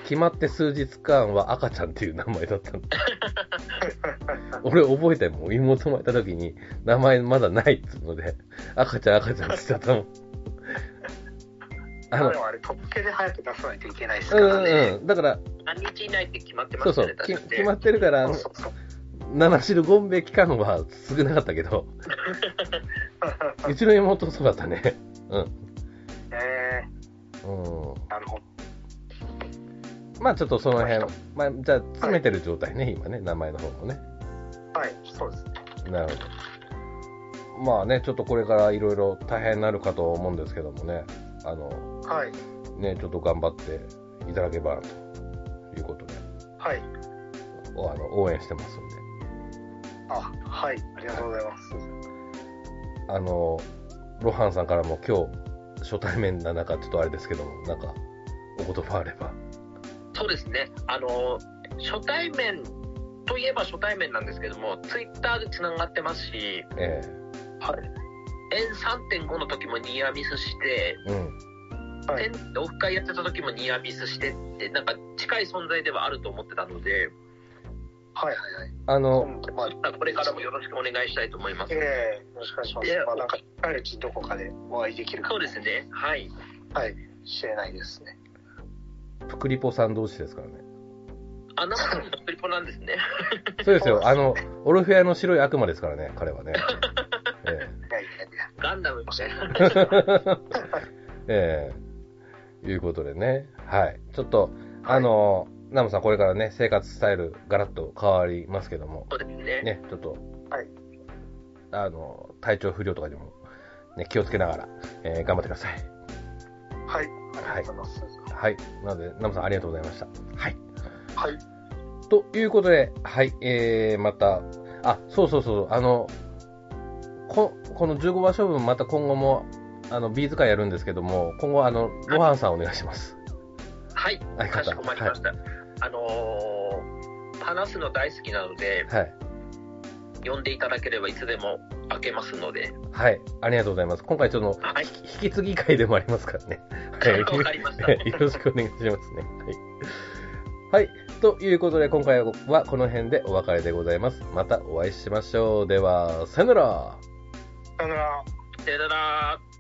A: 決まって数日間は赤ちゃんっていう名前だったの。俺覚えてもん妹もいた時に名前まだないっつうので、赤ちゃん赤ちゃんって言っちゃったもん。
B: ー、
A: あ
B: で
A: の、
B: もあれ、トッケで早く出さないといけないです
A: う
B: か
A: ん
B: らね。
A: うんうん。だから、
C: 何日以内って決まってま
A: そう
C: す
A: そ
C: よね、
A: う、き
C: 確か
A: 決まってるから、
B: そうそうそう
A: 七汁ゴンベ期間は少なかったけど、うちの妹そうだったね。
B: え
A: うん。
B: ー、なるほど。
A: まあちょっとその辺
B: わか、
A: まあじゃあ詰めてる状態ね、今ね、名前の方もね。
B: はい、そうです。
A: なるほど。まあね、ちょっとこれからいろいろ大変になるかと思うんですけどもね、あの、
B: はい、
A: ね、ちょっと頑張っていただければなということで、
B: はい。
A: おあの応援してますんで。
B: あ、はい、ありがとうございます。
A: あの、ロハンさんからも今日、初対面な中、ちょっとあれですけども、なんか、お言葉あれば。
C: そうですね。あの、初対面といえば初対面なんですけども、ツイッターで繋がってますし、
A: え
C: 円3.5の時もニアミスして、
A: えうん。
B: はい、
C: 10オフ会やってた時もニアミスしてって、なんか近い存在ではあると思ってたので、
B: はい、はい、はい。
A: あの、
B: 今まあ、
C: これからもよろしくお願いしたいと思います。
B: ええー、よろしくお願いしま
C: い
B: す
C: や。
B: まあ、なんか、近いうちにどこかでお会いできるか
C: そう
B: も
C: ですね。はい。
B: しれないですね。
A: プクリポさん同士ですからね。
C: あ、なんかもプリポなんですね。
A: そうですよ、あの、オルフェアの白い悪魔ですからね、彼 はね。え
B: いやいやいや。
C: ガンダムみたいな。
A: えええいうことでね。はい。ちょっと、あの、ナムさん、これからね、生活スタイル、ガラッと変わりますけども、
C: そうですね。
A: ね、ちょっと、
B: はい
A: あの、体調不良とかにも、ね、気をつけながら、えー頑張ってください。
B: はい、ありがとうございます。
A: はい。なので、ナムさんありがとうございました。はい。
B: はい、
A: ということで、はい、えー、また、あ、そうそうそう、あの、ここの15話勝負また今後も、あの、ビーズ会やるんですけども、今後、あの、ロハンさんお願いします。
C: はい。
A: 相
C: か
A: 方。
C: しこまりま
A: は
C: した。あのー話すの大好きなので、
A: い。はい。
C: 呼んでいただければいつでも開けますので。
A: はい。ありがとうございます。今回ちょっと、
C: はい。
A: 引き継ぎ会でもありますからね。はい。
C: わかりました。
A: よろしくお願いしますね。はい。はい。ということで、今回はこの辺でお別れでございます。またお会いしましょう。では、さよなら。
B: さよなら。
C: さよなら